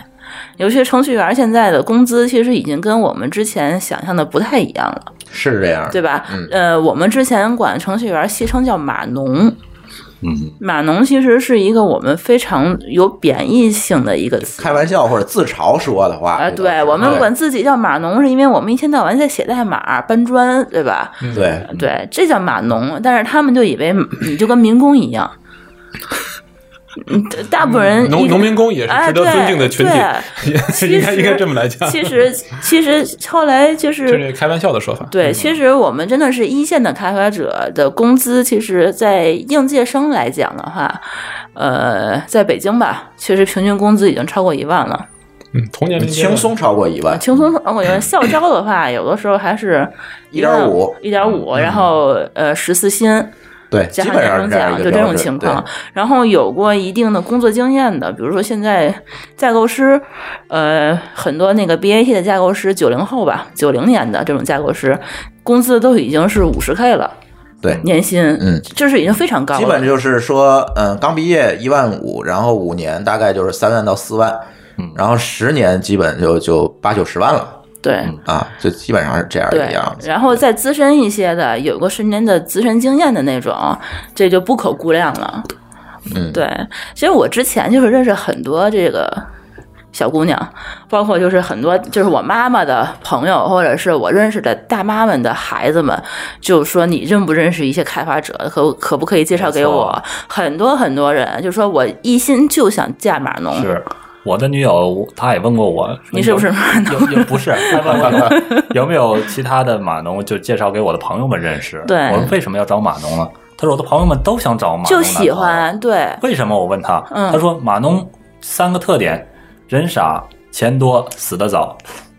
尤其是程序员现在的工资其实已经跟我们之前想象的不太一样了。
是这样，
对吧？
嗯
呃，我们之前管程序员戏称叫码农。
嗯，
码农其实是一个我们非常有贬义性的一个词
开玩笑或者自嘲说的话
啊、对我们管自己叫码农，是因为我们一天到晚在写代码、搬砖，对吧？
对对
嗯
对，这叫码农，但是他们就以为你就跟民工一样。嗯，大部分人一
农
直
农民工也是值得尊敬的群体，
哎
[laughs]
对
应该应该这么来讲。
其实，其实后来
[laughs]
就是
这是开玩笑的说法。
对，其实我们真的是一线的开发者的工资，其实，在应届生来讲的话，呃，在北京吧，确实平均工资已经超过一万了，
嗯，同年龄阶
轻
段
松超过一万，
轻松超过一万。
[laughs]
校招的话，有的时候还是
1.5
一点五，然后呃十四薪。
对，
加
嗯基
上
本上是
年终
这样
奖，
一
就
个
这
标
种
准
情
对
况。然后有过一定的工作经验的，比如说现在架构师，呃，很多那个 BAT 的架构师，九零后吧，九零年的这种架构师，工资都已经是五十 K 了，
对
年薪，
嗯
这是已经非常高了。
基本就是说，嗯，刚毕业一万五，然后五年大概就是三万到四万，
嗯
然后十年基本就就八九十万了。
对
啊，就基本上是这样一个
对
样，子。
然后再资深一些的，有过十年的资深经验的那种，这就不可估量了。
嗯，
对，其实我之前就是认识很多这个小姑娘，包括就是很多就是我妈妈的朋友，或者是我认识的大妈们的孩子们，就说你认不认识一些开发者，可可不可以介绍给我？很多很多人就说我一心就想嫁码
嗯
农，
是我的女友，她也问过我，说
你是不是
有
码农？
也不是，他问我有 [laughs] 有没有其他的码农，就介绍给我的朋友们认识。
对
我说为什么要找码农呢？他说我的朋友们都想找码农，啊
就喜。欢对，
为什么？我问他，
嗯
他说码农三个特点：人傻、钱多、死得早。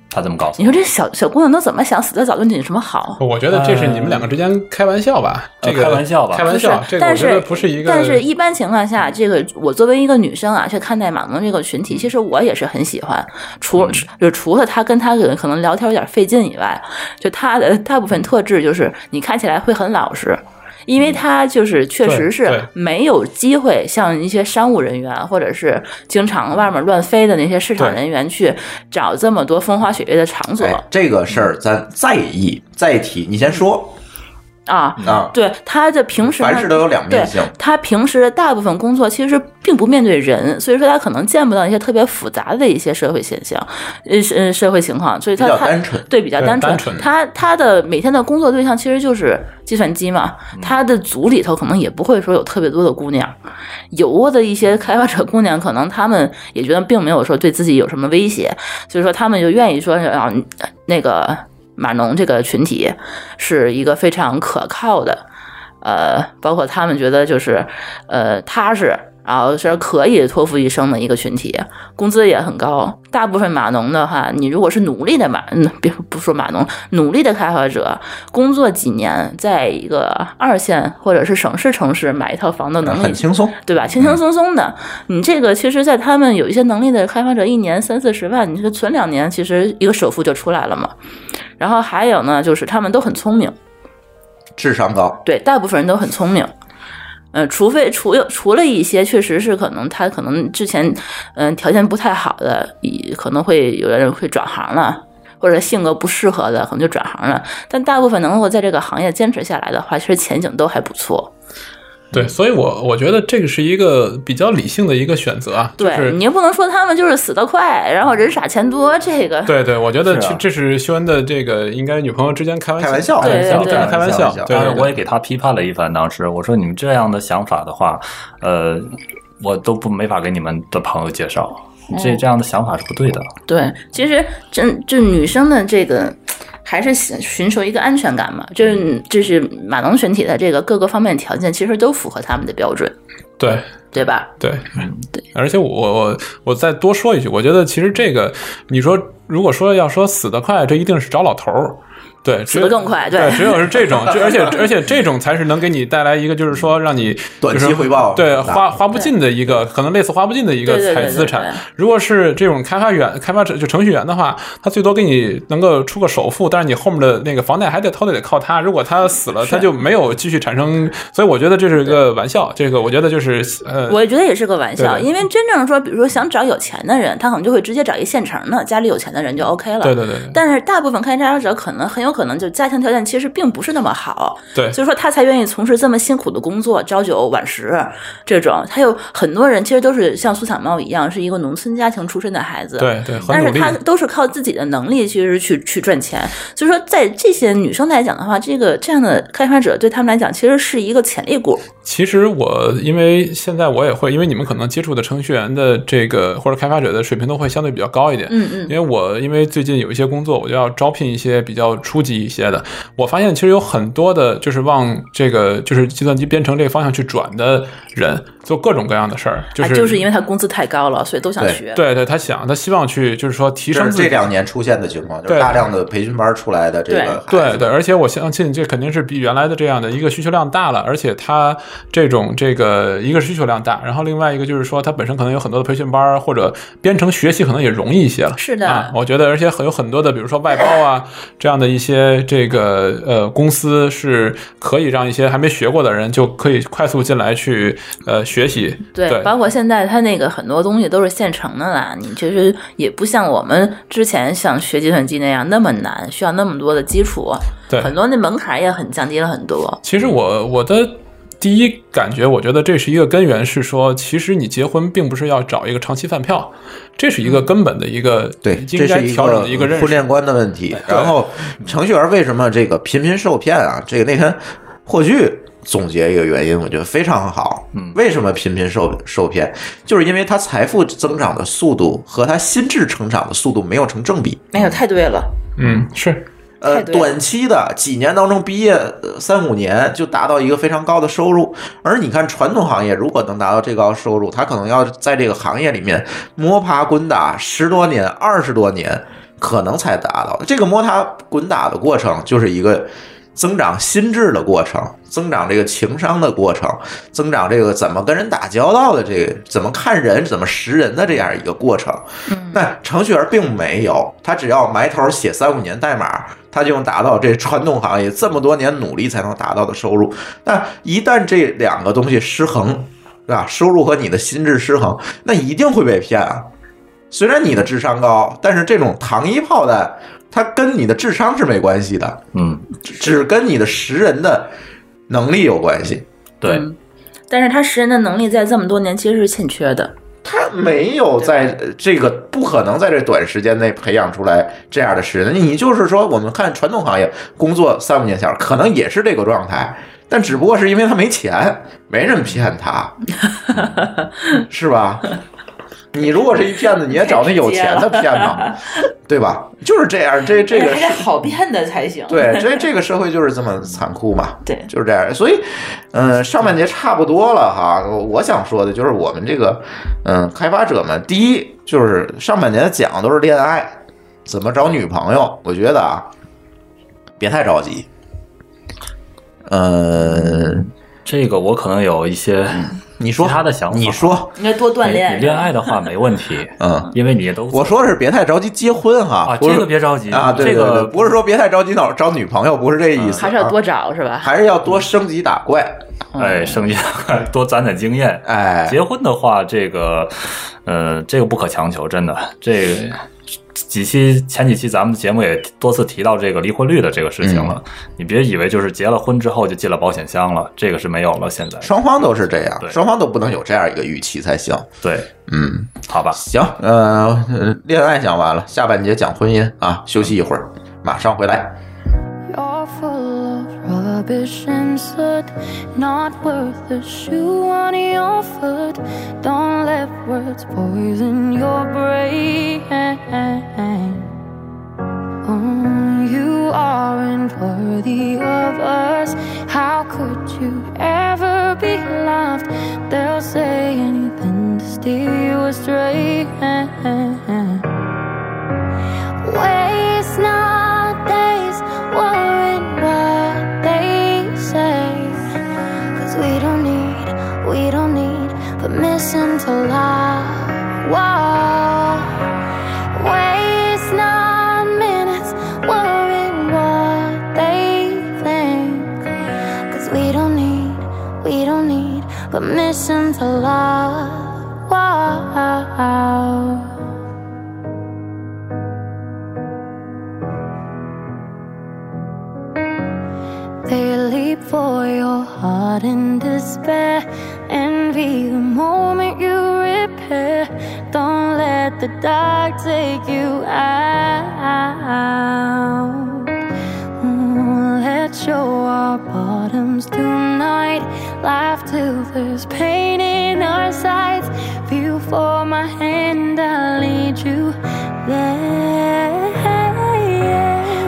他这么告诉
你说这小小姑娘都怎么想，死得早对你有什么好？
我觉得这是你们两个之间开玩笑吧，
呃
这个
开玩笑吧
开玩笑
不，是
这个我
但是
觉得不是一个，
但是一般情况下，这个我作为一个女生啊，去看待码农这个群体，其实我也是很喜欢。
嗯
除、就除了他跟他可能可能聊天有点费劲以外，就他的大部分特质就是你看起来会很老实。因
嗯
为他就是确实
对
是
对
没有机会像一些商务人员或者是经常外面乱飞的那些市场
对
人员去找这么多风花雪月的场所
哎，这
嗯
个事儿咱再议再提，你先说
啊。
啊。
对，他的平时呢
凡事都有两面性
对他平时的大部分工作其实并不面对人，所以说他可能见不到一些特别复杂的一些社会现象，呃是呃社会情况，所以他
比较
他
单纯
对比较
对
单纯。
单纯
他他的每天的工作对象其实就是计算机嘛，
嗯
他的组里头可能也不会说有特别多的姑娘，有过的一些开发者姑娘，可能她们也觉得并没有说对自己有什么威胁，所以说她们就愿意说啊，那个码农这个群体是一个非常可靠的，呃，包括他们觉得就是呃踏实，然后是可以托付一生的一个群体，工资也很高。大部分码农的话，你如果是努力的码，嗯别不说码农，努力的开发者，工作几年，在一个二线或者是省市城市买一套房的能力
啊很轻松，
对吧？轻轻松松的，嗯你这个其实，在他们有一些能力的开发者，一年三四十万，你这存两年，其实一个首付就出来了嘛。然后还有呢，就是他们都很聪明，
智商高，
对，大部分人都很聪明。呃，除非除有除了一些确实是可能他可能之前嗯、呃条件不太好的，以可能会有的人会转行了。或者性格不适合的，可能就转行了。但大部分能够在这个行业坚持下来的话，其实前景都还不错。
对，所以我我觉得这个是一个比较理性的一个选择啊，就
对，
是
你也不能说他们就是死得快，然后人傻钱多，这个
对对，我觉得
是啊
这这是修恩的这个应该女朋友之间开玩
开玩笑
对
对
对对，开玩笑，对，
当
对
然我也给他批判了一番。当时我说你们这样的想法的话，呃，我都不没法给你们的朋友介绍，这
嗯
这样的想法是不对的。
对，其实这这女生的这个还是寻寻求一个安全感嘛，就是就是码农群体的这个各个方面条件，其实都符合他们的标准，
对
对吧？
对对，而且我我我我再多说一句，我觉得其实这个你说如果说要说死得快，这一定是找老头儿。对，
死得更快
对
对
只有是这种，就而且而且这种才是能给你带来一个，就是说让你
短期
就是
回报
对
大
花花不尽的一个，可能类似花不尽的一个
对对对
财
对
资产
对。
如果是这种开发员、开发者就程序员的话，他最多给你能够出个首付，但是你后面的那个房贷还得都得靠他。如果他死了，他就没有继续产生，所以我觉得这是个玩笑。这个我觉得就是呃，
我觉得也是个玩笑，
对对
因为真正说，比如说想找有钱的人，他可能就会直接找一现成的，家里有钱的人就 OK 了。
对对对对
但是大部分开发者可能很有可能就家庭条件其实并不是那么好，
对
所以说他才愿意从事这么辛苦的工作，朝九晚十这种。他有很多人其实都是像苏小茂一样，是一个农村家庭出身的孩子，
对对很
但是
努力
他都是靠自己的能力，其实去去赚钱。所以说，在这些女生来讲的话，这个这样的开发者对他们来讲其实是一个潜力股。
其实我因为现在我也会，因为你们可能接触的程序员的这个或者开发者的水平都会相对比较高一点。
嗯嗯
因为我因为最近有一些工作，我就要招聘一些比较初级一些的。我发现其实有很多的，就是往这个就是计算机编程这个方向去转的人，做各种各样的事儿，就是、
啊、就是因为他工资太高了，所以都想学。
对对，他想他希望去就是说提
这
升
是
自己
这两年出现的情况，就是
对
大量的培训班出来的这个，
对对，而且我相信这肯定是比原来的这样的一个需求量大了，而且它这种这个一个是需求量大，然后另外一个就是说它本身可能有很多的培训班儿或者编程学习可能也容易一些了。
是的
啊，我觉得而且很有很多的，比如说外包啊这样的一些这个呃公司是可以让一些还没学过的人就可以快速进来去呃学习。
对，
对
包括现在它那个很多东西都是现成的啦，你其实也不像我们之前像学计算机那样那么难，需要那么多的基础，
对
很多那门槛也很降低了很多。
其实我我的第一感觉，我觉得这是一个根源，是说其实你结婚并不是要找一个长期饭票，这是一个根本的一个对应
嗯这
该
是一
调整的一个认
婚
识。
恋观的问题。然后程序员为什么这个频频受骗啊？这个那天霍炬总结一个原因，我觉得非常好。
嗯
为什么频频受受骗？就是因为他财富增长的速度和他心智成长的速度没有成正比。
哎呦，太对了，
嗯，是。
呃，
太对了
短期的几年当中，毕业呃三五年就达到一个非常高的收入。而你看传统行业，如果能达到这高收入，他可能要在这个行业里面摸爬滚打十多年、二十多年，可能才达到。这个摸爬滚打的过程，就是一个增长心智的过程，增长这个情商的过程，增长这个怎么跟人打交道的这个怎么看人、怎么识人的这样一个过程。那程序员并没有，他只要埋头写三五年代码，他就能达到这传统行业这么多年努力才能达到的收入。那一旦这两个东西失衡，对吧？收入和你的心智失衡，那一定会被骗啊。虽然你的智商高，但是这种糖衣炮弹，它跟你的智商是没关系的，
嗯，
只跟你的识人的能力有关系。
对，
嗯
但是他识人的能力在这么多年其实是欠缺的。
他
嗯
没有在呃这个不可能在这短时间内培养出来这样的识人。你就是说，我们看传统行业工作三五年下来，可能也是这个状态，但只不过是因为他没钱，没人骗
[laughs]
他，是吧？你如果是一骗子，你也找那有钱的骗吧，对吧？就是这样，这这个
还
是
得好变的才行。
对，这这个社会就是这么残酷嘛，
对，
就是这样。所以，嗯、上半节差不多了哈。我我想说的就是，我们这个，嗯、开发者们，第一就是上半年讲的都是恋爱，怎么找女朋友。我觉得啊，别太着急。呃，
这个我可能有一些
嗯你说
其他的想法，
你说
应该多锻
哎你
炼。
恋爱的话没问题，
嗯，
因为你都
我说是别太着急结婚哈，
啊
不是
这个别着急
啊，对
这个嗯
对对不是说别太着急找找女朋友，不是这意思，
还是要多
啊，
找是吧？
还是要多升级打怪，
哎，剩下
嗯
[laughs] 多攒攒经验。
哎，
结婚的话，这个，呃，这个不可强求，真的。这个几期前几期咱们的节目也多次提到这个离婚率的这个事情了。
嗯
你别以为就是结了婚之后就进了保险箱了，这个是没有了。现在
双方都是这样，
对
双方都不能有这样一个预期才行。
对，
嗯，
好吧，
行，呃，呃恋爱讲完了，下半节讲婚姻啊，休息一会儿，马上回来。
You're full of rubbish and soot, not worth a shoe on your foot. Don't let words poison your brain. Oh, you aren't worthy of us. How could you ever be loved? They'll say anything to steer you astray. Waste not days worrying what they say. 'Cause we don't need, we don't need permission to lie. Whoa. Waste not minutes worrying what they think. 'Cause we don't need, we don't need permission to lie. Wow. They leap for your heart in despair. Envy the moment you repair. Don't let the dark take you out. Mm, Let's show our bottoms tonight. Laugh till there's pain in our sides. Feel for my hand, I'll lead you there. Waste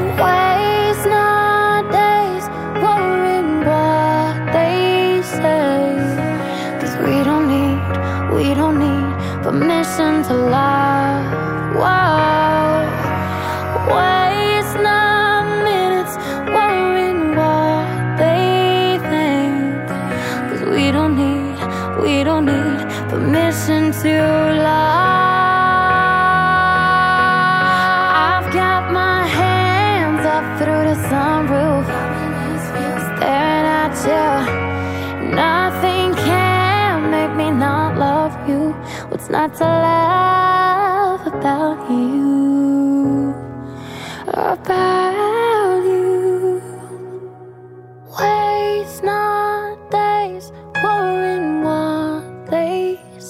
not days worrying what they say. 'Cause we don't need, we don't need permission to lie. Whoa. Waste not minutes worrying what they think. 'Cause we don't need, we don't need permission to lie. I've got my hands up through the sunroof. Staring at you. Nothing can make me not love you. What's not to love about you? About you. Waste not days worrying what they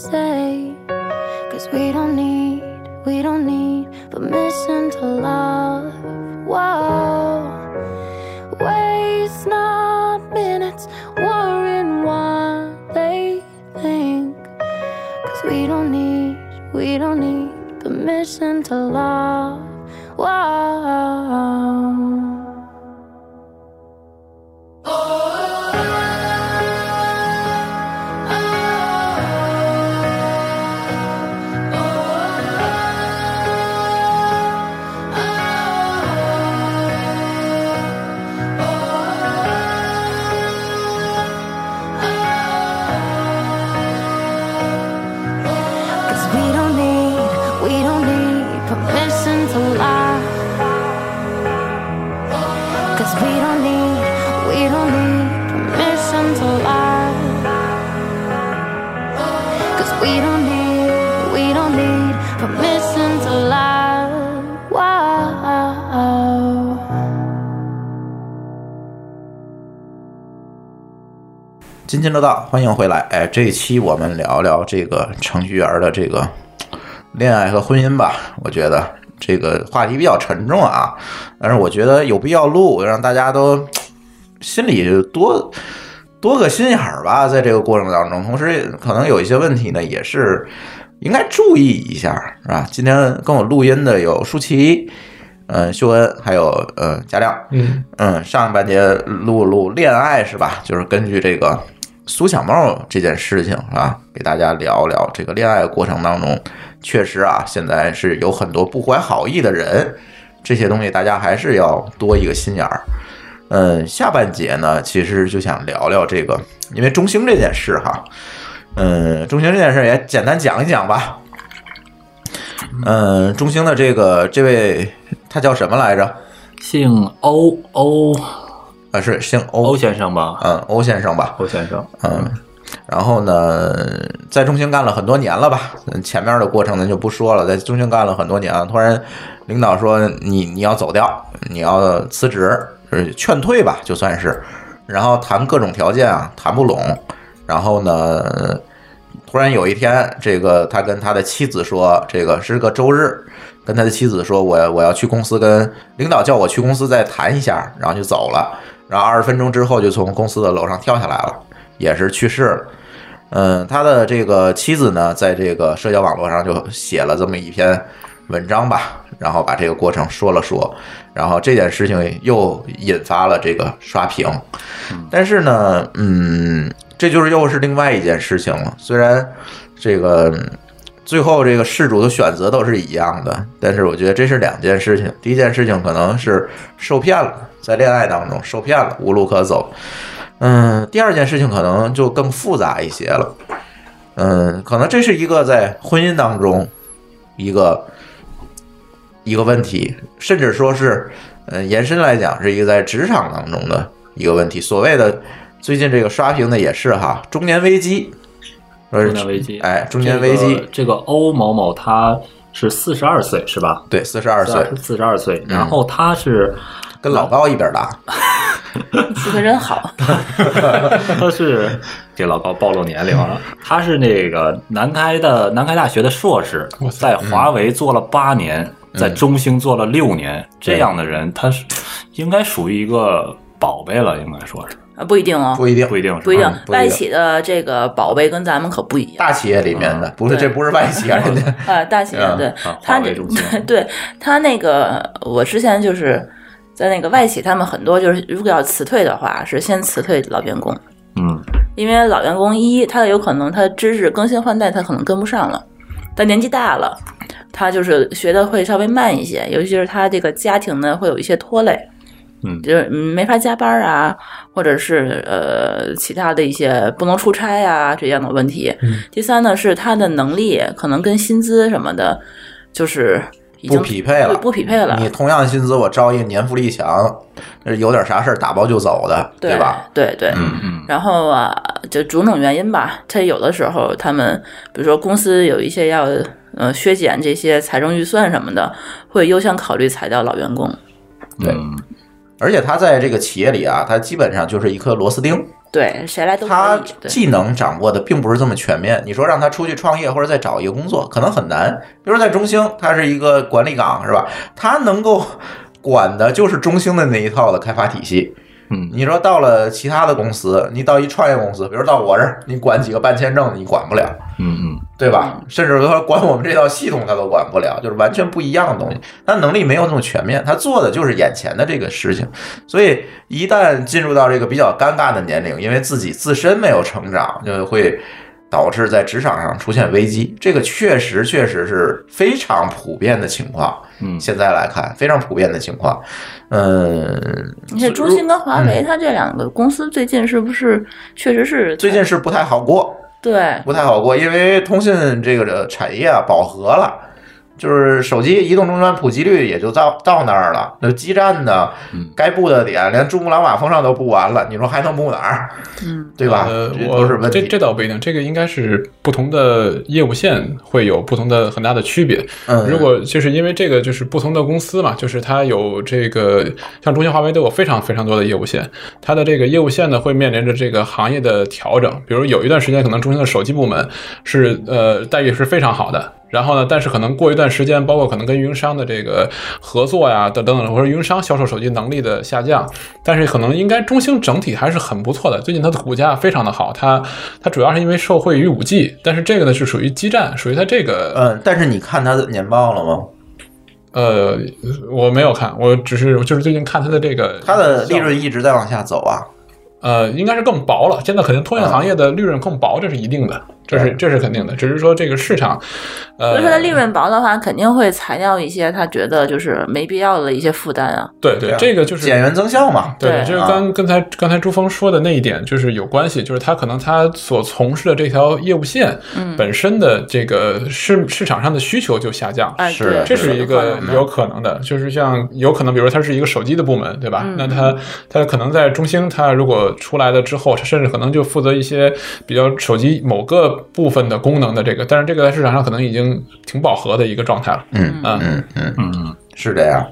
say. Cause we don't need, we don't need permission to love. Whoa. Waste not minutes worrying what they think. Cause we don't need, we don't need permission to love. Whoa. Cause we don't need, we don't need permission to lie. Cause we don't need, we don't need permission to lie. Cause we don't need, we don't need permission to lie. Wow.
津津乐道，欢迎回来。哎，这一期我们聊聊这个程序员的这个恋爱和婚姻吧。我觉得这个话题比较沉重啊，但是我觉得有必要录，让大家都心里多多个心眼儿吧，在这个过程当中，同时也可能有一些问题呢，也是应该注意一下，是吧？今天跟我录音的有舒淇。呃，秀恩还有呃贾亮，
嗯
嗯，上半节录录恋爱是吧？就是根据这个苏小茂这件事情啊，给大家聊聊这个恋爱过程当中，确实啊，现在是有很多不怀好意的人，这些东西大家还是要多一个心眼儿。嗯，下半节呢，其实就想聊聊这个，因为中兴这件事哈，嗯，中兴这件事也简单讲一讲吧。嗯，中兴的这个这位他叫什么来着？
姓欧欧
啊，是姓欧
欧先生吧？
嗯，欧先生吧，
欧先生。
嗯，然后呢，在中兴干了很多年了吧？嗯前面的过程咱就不说了，在中兴干了很多年啊，突然领导说你你要走掉，你要辞职，就是劝退吧，就算是，然后谈各种条件啊，谈不拢，然后呢，突然有一天，这个他跟他的妻子说，这个是个周日，跟他的妻子说我我要去公司跟领导叫我去公司再谈一下，然后就走了，然后二十分钟之后就从公司的楼上跳下来了，也是去世了。嗯，他的这个妻子呢，在这个社交网络上就写了这么一篇文章吧，然后把这个过程说了说，然后这件事情又引发了这个刷屏。但是呢，嗯，这就是又是另外一件事情了。虽然这个嗯最后这个事主的选择都是一样的，但是我觉得这是两件事情。第一件事情可能是受骗了，在恋爱当中受骗了，无路可走。嗯，第二件事情可能就更复杂一些了。嗯，可能这是一个在婚姻当中一个一个问题，甚至说是，嗯、延伸来讲是一个在职场当中的一个问题。所谓的最近这个刷屏的也是哈，中年危机，中
中年危机，
哎，中年危机
这个、这个欧某某他是四十二岁是吧？
对，四十二岁，嗯
四十二岁。然后他是、
跟老高一边大，
起的真好，
他是给老高暴露年龄了，他是那个南开的南开大学的硕士，在华为做了八年，在中兴做了六年，这样的人他是应该属于一个宝贝了，应该说是
啊不一定哦，
不一定，
不一定是吧
不一定
嗯，
外企的这个宝贝跟咱们可不一样。
大企业里面的，不是这不是外企啊，人家
啊，大企业
嗯
对
啊，
他
华为
这
中兴
对他那个，我之前就是在那个外企，他们很多就是如果要辞退的话，是先辞退老员工，
嗯，
因为老员工一他有可能他知识更新换代他可能跟不上了，他年纪大了，他就是学的会稍微慢一些，尤其是他这个家庭呢会有一些拖累，
嗯
就是嗯没法加班啊，或者是呃其他的一些不能出差啊这样的问题。
嗯
第三呢是他的能力可能跟薪资什么的，就是已经
不匹配了
不匹配了
你。同样的薪资，我招一个年富力强，呃有点啥事儿打包就走的，
对
对吧？
对对，
嗯
嗯，
然后啊，就种种原因吧。他有的时候他们，比如说公司有一些要呃削减这些财政预算什么的，会优先考虑裁掉老员工。
对。
嗯
而且他在这个企业里啊，他基本上就是一颗螺丝钉，
对，谁来都可
他
以。对
技能掌握的并不是这么全面。你说让他出去创业或者再找一个工作，可能很难。比如说在中兴，他是一个管理岗，是吧？他能够管的就是中兴的那一套的开发体系。
嗯，
你说到了其他的公司，你到一创业公司，比如到我这儿，你管几个办签证，你管不了。
嗯嗯，
对吧？甚至说管我们这套系统他都管不了，就是完全不一样的东西。他能力没有那么全面，他做的就是眼前的这个事情。所以一旦进入到这个比较尴尬的年龄，因为自己自身没有成长，就会导致在职场上出现危机。这个确实确实是非常普遍的情况。
嗯，
现在来看非常普遍的情况。嗯，
你看中兴跟华为，它这两个公司最近是不是确实是
最近是不太好过。
[laughs]
对
不太好过，因为通信这个产业啊饱和了，就是手机移动终端普及率也就到到那儿了。那基站呢，
嗯
该布的点连珠穆朗玛峰上都布完了，你说还能布哪儿？
嗯，
对吧？
呃，
这
我
都是问
这
题。
这倒不一定，这个应该是不同的业务线会有不同的很大的区别。
嗯
如果就是因为这个就是不同的公司嘛，就是它有这个像中兴、华为都有非常非常多的业务线，它的这个业务线呢会面临着这个行业的调整。比如有一段时间，可能中兴的手机部门是呃待遇是非常好的。然后呢？但是可能过一段时间，包括可能跟运营商的这个合作呀，等等等，或者运营商销售手机能力的下降，但是可能应该中兴整体还是很不错的，最近它的股价非常的好，它它主要是因为受惠于五 G，但是这个呢是属于基站，属于它这个
嗯，但是你看它的年报了吗？
呃我没有看，我只是我就是最近看它的这个
它的利润一直在往下走啊。啊
呃应该是更薄了，现在肯定通信行业的利润更薄，这是一定的。这是这是肯定的。只是说这个市场，
所
呃
以，说它利润薄的话，肯定会裁掉一些他觉得就是没必要的一些负担啊。
对对，这个就是
减员增效嘛。
对，
对
这个
啊
刚刚才刚才朱峰说的那一点就是有关系，就是他可能他所从事的这条业务线
嗯
本身的这个市市场上的需求就下降了，
哎是对
这
是
是一
有
个
可能的嗯
有可能的，就是像有可能，比如说它是一个手机的部门，对吧？
嗯
那它它可能在中兴，它如果出来了之后，它甚至可能就负责一些比较手机某个部分的功能的这个，但是这个在市场上可能已经挺饱和的一个状态了，
嗯
啊
嗯嗯嗯，是这样。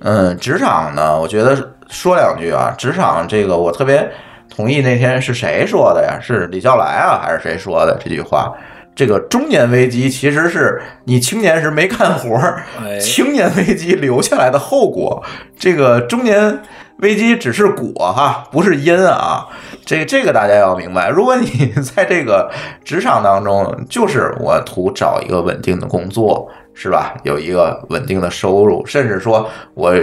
嗯，职场呢，我觉得说两句啊，职场这个我特别同意。那天是谁说的呀？是李笑来啊，还是谁说的这句话？这个中年危机其实是你青年时没干活儿，青年危机留下来的后果。这个中年危机只是果哈，不是因啊。这这个大家要明白。如果你 [laughs] 在这个职场当中，就是我图找一个稳定的工作，是吧？有一个稳定的收入，甚至说我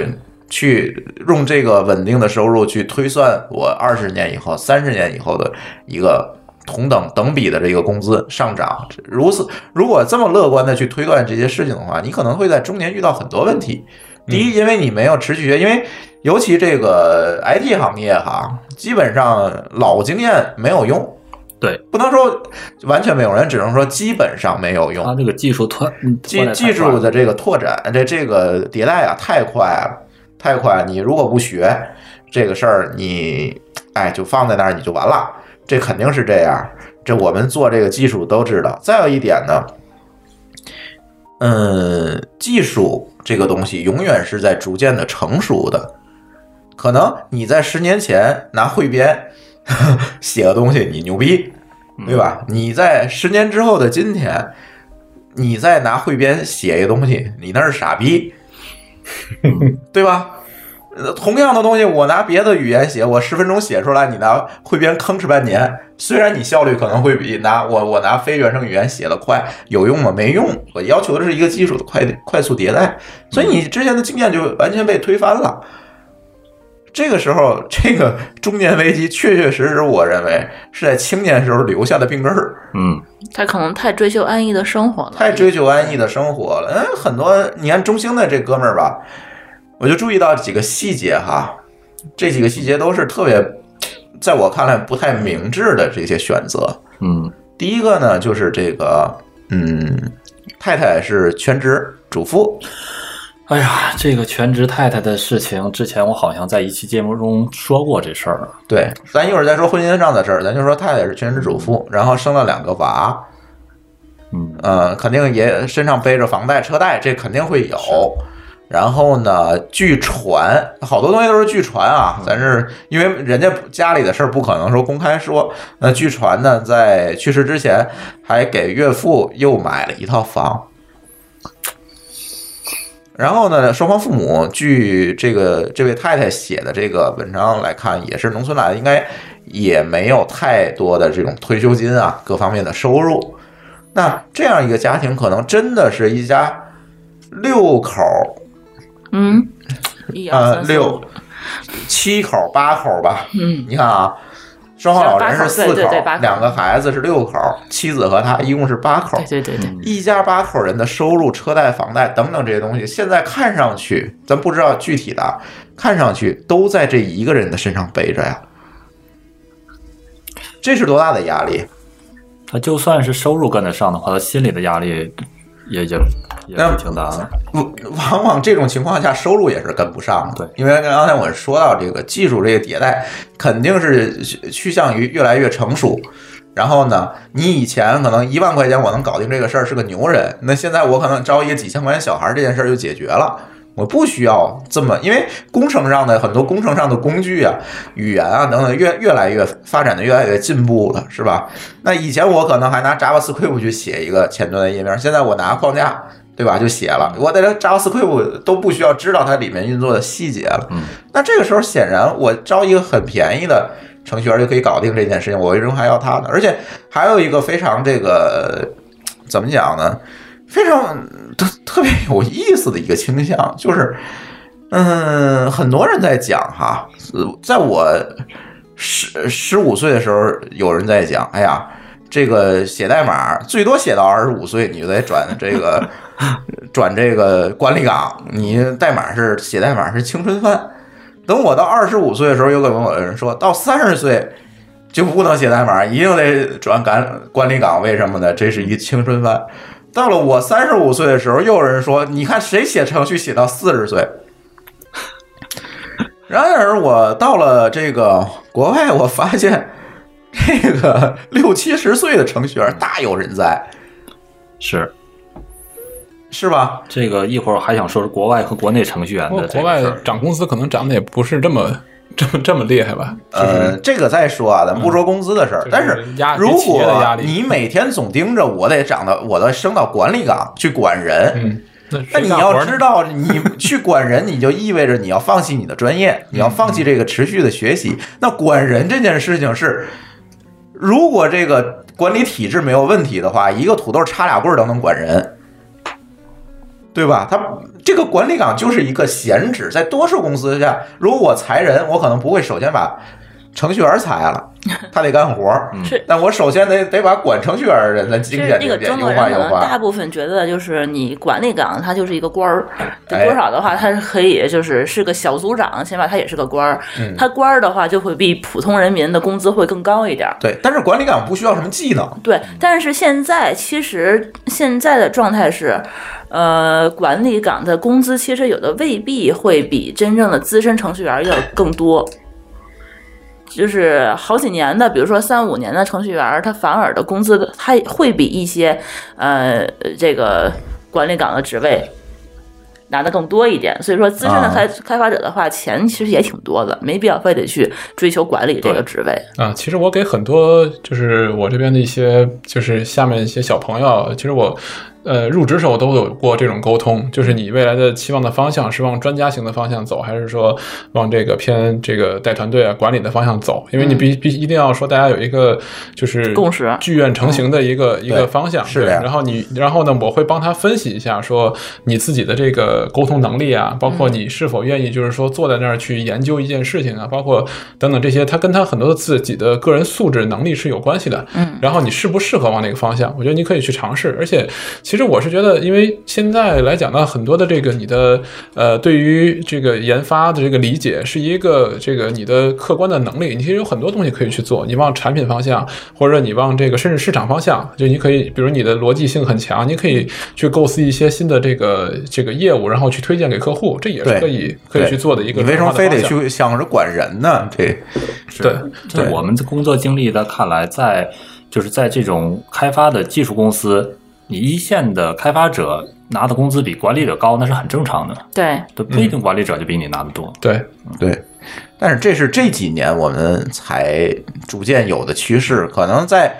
去用这个稳定的收入去推算我二十年以后、三十年以后的一个同等等比的这个工资上涨。如此，如果这么乐观的去推断这些事情的话，你可能会在中年遇到很多问题。第一，因为你没有持续学，因为尤其这个 IT 行业哈，基本上老经验没有用。
对，
不能说完全没有人，只能说基本上没有用。
它这个技术嗯拓
技技术的这个拓展，这这个迭代啊，太快了，太快了！你如果不学这个事儿，你哎就放在那儿你就完了，这肯定是这样。这我们做这个技术都知道。再有一点呢，嗯，技术这个东西永远是在逐渐的成熟的。可能你在十年前拿汇编 [laughs] 写个东西，你牛逼，对吧？你在十年之后的今天，你再拿汇编写一个东西，你那是傻逼，对吧？呃同样的东西，我拿别的语言写，我十分钟写出来，你拿汇编吭哧半年。虽然你效率可能会比拿我我拿非原生语言写的快，有用吗？没用。我要求的是一个技术的快快速迭代，所以你之前的经验就完全被推翻了。这个时候，这个中年危机确确实实，我认为是在青年时候留下的病根儿。
嗯，
他可能太追求安逸的生活了。
太追求安逸的生活了。嗯，很多你看中兴的这哥们儿吧，我就注意到几个细节哈，这几个细节都是特别，在我看来不太明智的这些选择。
嗯，
第一个呢，就是这个，嗯，太太是全职主妇，
哎呀，这个全职太太的事情，之前我好像在一期节目中说过这事儿啊。
对，咱一会儿再说婚姻上的事儿，咱就说太太是全职主妇，然后生了两个娃，
嗯，
呃，肯定也身上背着房贷、车贷，这肯定会有。然后呢，据传好多东西都是据传啊，咱是因为人家家里的事儿不可能说公开说。那据传呢，在去世之前还给岳父又买了一套房。然后呢，双方父母据这个这位太太写的这个文章来看，也是农村来的，应该也没有太多的这种退休金啊，各方面的收入。那这样一个家庭，可能真的是一家六口儿
嗯，一二
呃
三四
六七口儿八口儿吧。
嗯
你看啊，双方老人是四
八口儿对对对八口儿
两个孩子是六口儿，妻子和他一共是八口。
对对对对，
一家八口人的收入、车贷、房贷等等这些东西，现在看上去，咱不知道具体的啊，看上去都在这一个人的身上背着呀。这是多大的压力？
他就算是收入跟得上的话，他心里的压力也也也是挺大的。
不往往这种情况下，收入也是跟不上的。对，因为刚才我说到这个技术这个迭代，肯定是趋向于越来越成熟。然后呢，你以前可能一万块钱我能搞定这个事儿是个牛人，那现在我可能招一个几千块钱小孩儿这件事儿就解决了。我不需要这么，因为工程上的很多工程上的工具啊、语言啊等等，越越来越发展的越来越进步了，是吧？那以前我可能还拿 JavaScript 去写一个前端的页面，现在我拿框架，对吧，就写了。我在这 JavaScript 都不需要知道它里面运作的细节了。那这个时候显然我招一个很便宜的程序员就可以搞定这件事情，我为什么还要他呢？而且还有一个非常这个怎么讲呢？非常特特别有意思的一个倾向，就是，嗯，很多人在讲哈，呃在我十十五岁的时候，有人在讲，哎呀，这个写代码最多写到二十五岁，你就得转这个转这个管理岗。你代码是写代码是青春饭。等我到二十五岁的时候，有可能有人说到三十岁就不能写代码，一定得转管管理岗。为什么呢？这是一青春饭。到了我三十五岁的时候，又有人说：“你看谁写程序写到四十岁？”然而，我到了这个国外，我发现这个六七十岁的程序员大有人在，
是
是吧？
这个一会儿还想说国外和国内程序员
不过
的这
哦
个
国外
事儿，
涨工资可能涨的也不是这么这么这么厉害吧？
呃，这个再说啊，咱不说工资的事儿，但是
嗯压
如
给企业的压
果
力
你每天总盯着我得长到我得升到管理岗去管人，
嗯
那你要知道，你去管人，你就意味着你要放弃你的专业，你要放弃这个持续的学习。那管人这件事情是，如果这个管理体制没有问题的话，一个土豆插俩棍儿都能管人，对吧？他这个管理岗就是一个闲职，在多数公司下，如果我裁人，我可能不会首先把程序员裁了，他得干活儿，
是
但我首先得得把管程序员的人咱精
就
简
是这
精
个
简，
中
优
国人
化
可
优
能
化。
大部分觉得，就是你管理岗，他就是一个官儿，就
哎
多少的话，他是可以就是是个小组长，起码他也是个官儿
嗯。
他官儿的话，就会比普通人民的工资会更高一点儿。
对，但是管理岗不需要什么技能，
对，但是现在其实现在的状态是，呃，管理岗的工资其实有的未必会比真正的资深程序员要更多。就是好几年的，比如说三五年的程序员，他反而的工资他会比一些呃这个管理岗的职位拿的更多一点。所以说，资深的
啊
开、开发者的话，钱其实也挺多的，没必要非得去追求管理这个职位。
啊，其实我给很多就是我这边的一些就是下面一些小朋友，啊其实我呃入职时候都有过这种沟通，就是你未来的期望的方向是往专家型的方向走，还是说往这个偏这个带团队啊管理的方向走？因为你必必一定要说大家有一个就是
嗯共识嗯
剧院成型的一个一
对
个方向。
是
对
的呀
然后你然后呢，我会帮他分析一下，说你自己的这个沟通能力啊，包括你是否愿意就是说坐在那儿去研究一件事情啊，包括等等这些，它跟他很多的自己的个人素质能力是有关系的。
嗯，
然后你适不适合往那个方向，我觉得你可以去尝试。而且，其实我是觉得，因为现在来讲呢，很多的这个你的呃，对于这个研发的这个理解是一个这个你的客观的能力，你其实有很多东西可以去做。你往产品方向，或者你往这个甚至市场方向，就你可以，比如你的逻辑性很强，你可以去构思一些新的这个这个业务，然后去推荐给客户，这也是
对，
可以可以
对
去做的一个
你为什
转
么
化
非
的方向。
得
嗯
去想着管人呢？这
对，在我们的工作经历的看来，在就是在这种开发的技术公司，你一线的开发者拿的工资比管理者高，那是很正常的。
对，
对，不一定管理者就比你拿的多。
对
对，但是这是这几年我们才逐渐有的趋势，可能在。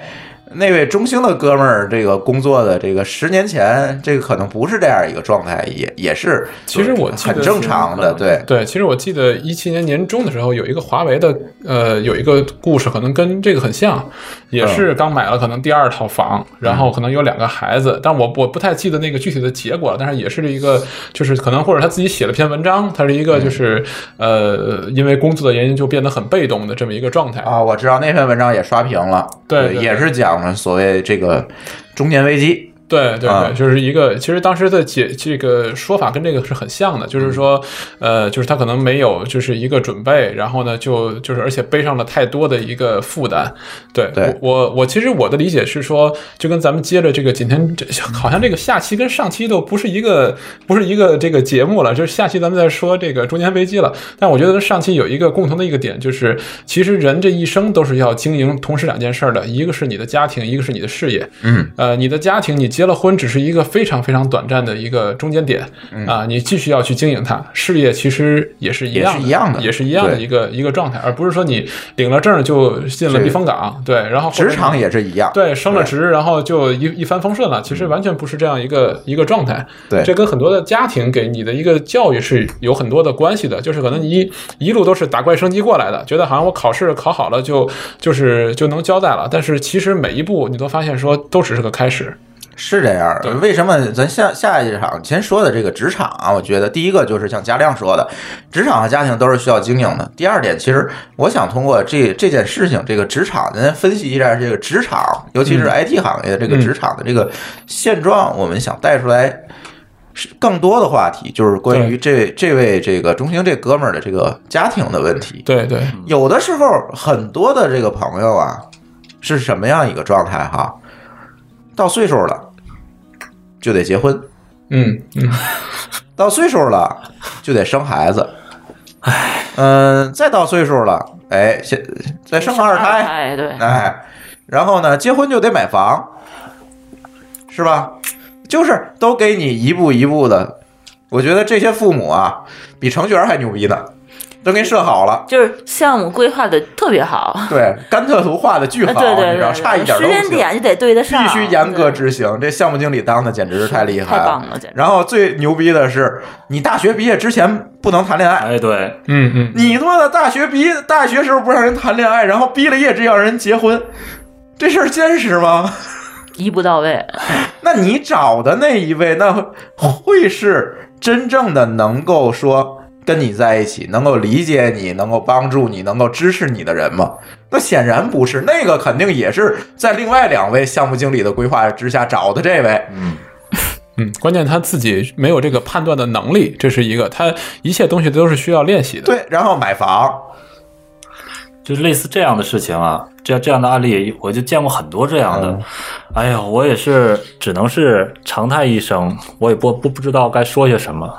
那位中兴的哥们儿，这个工作的这个十年前，这个可能不是这样一个状态，也也是，
其实我记得嗯
很正常的，对，
对，其实我记得一七年年中的时候，有一个华为的呃有一个故事，可能跟这个很像，也是刚买了可能第二套房，然后可能有两个孩子，但我我不太记得那个具体的结果了，但是也是一个就是可能或者他自己写了篇文章，他是一个就是、呃因为工作的原因就变得很被动的这么一个状态
啊，我知道那篇文章也刷屏了，
对对
也是讲的所谓这个中年危机，
对对
啊
对，就是一个，其实当时的解这个说法跟这个是很像的，
嗯
就是说，呃，就是他可能没有就是一个准备，然后呢，就就是而且背上了太多的一个负担。对，
对
我我我其实我的理解是说，就跟咱们接着这个今天这好像这个下期跟上期都不是一个不是一个这个节目了，就是下期咱们再说这个中年危机了。但我觉得上期有一个共同的一个点，就是其实人这一生都是要经营同时两件事儿的，一个是你的家庭，一个是你的事业。
嗯，
呃，你的家庭，你结了婚，只是一个非常非常短暂的一个中间点
嗯
啊、你继续要去经营它。事业其实也是一样
也是
的，
一样的
也是一样的
对
一个一个状态，而不是说你领了证就进了
是
避风港，对，然后或者
职场也是一样，
对，升了职，然后就一一帆风顺了。其实完全不是这样一个一个状态。
嗯对
这跟很多的家庭给你的一个教育是有很多的关系的。就是可能你一一路都是打怪升级过来的，觉得好像我考试考好了就就是就能交代了，但是其实每一步你都发现说都只是个开始。
是这样的，为什么咱下下一场先说的这个职场啊？我觉得第一个就是像嘉亮说的，职场和家庭都是需要经营的。第二点，其实我想通过这这件事情，这个职场，咱分析一下这个职场，尤其是
嗯
IT 行业这个
嗯
职场的这个现状，我们想带出来是更多的话题，就是关于这这位这个中兴这哥们儿的这个家庭的问题。
对对，
有的时候很多的这个朋友啊，是什么样一个状态哈？到岁数了就得结婚，
嗯嗯，
到岁数了就得生孩子，唉，嗯，再到岁数了，哎，现再生个二胎，
哎，对，
哎，然后呢，结婚就得买房，是吧？就是都给你一步一步的，我觉得这些父母啊，比程序员还牛逼呢，都给你设好了。
就是项目规划的特别好， [laughs]
对，甘特图画的巨好，
啊对对对
你知道，
对
差一点都
时
不行
间点就得对得上，
必须严格执行。这项目经理当的简直是太厉害
太棒了简直
然后最牛逼的是，你大学毕业之前不能谈恋爱。哎，对，
嗯嗯，
你他妈的大学毕业大学时候不让人谈恋爱，然后毕了业只要人结婚，这事儿现实吗？
一步到位。
那你找的那一位，那会会是真正的能够说跟你在一起，能够理解你，能够帮助你，能够支持你的人吗？那显然不是，那个肯定也是在另外两位项目经理的规划之下找的这位。嗯，
嗯，关键他自己没有这个判断的能力，这是一个，他一切东西都是需要练习的。
对，然后买房，
就类似这样的事情啊，这这样的案例我就见过很多这样
嗯
的。哎呀，我也是，只能是长叹一声，我也不不不知道该说些什么，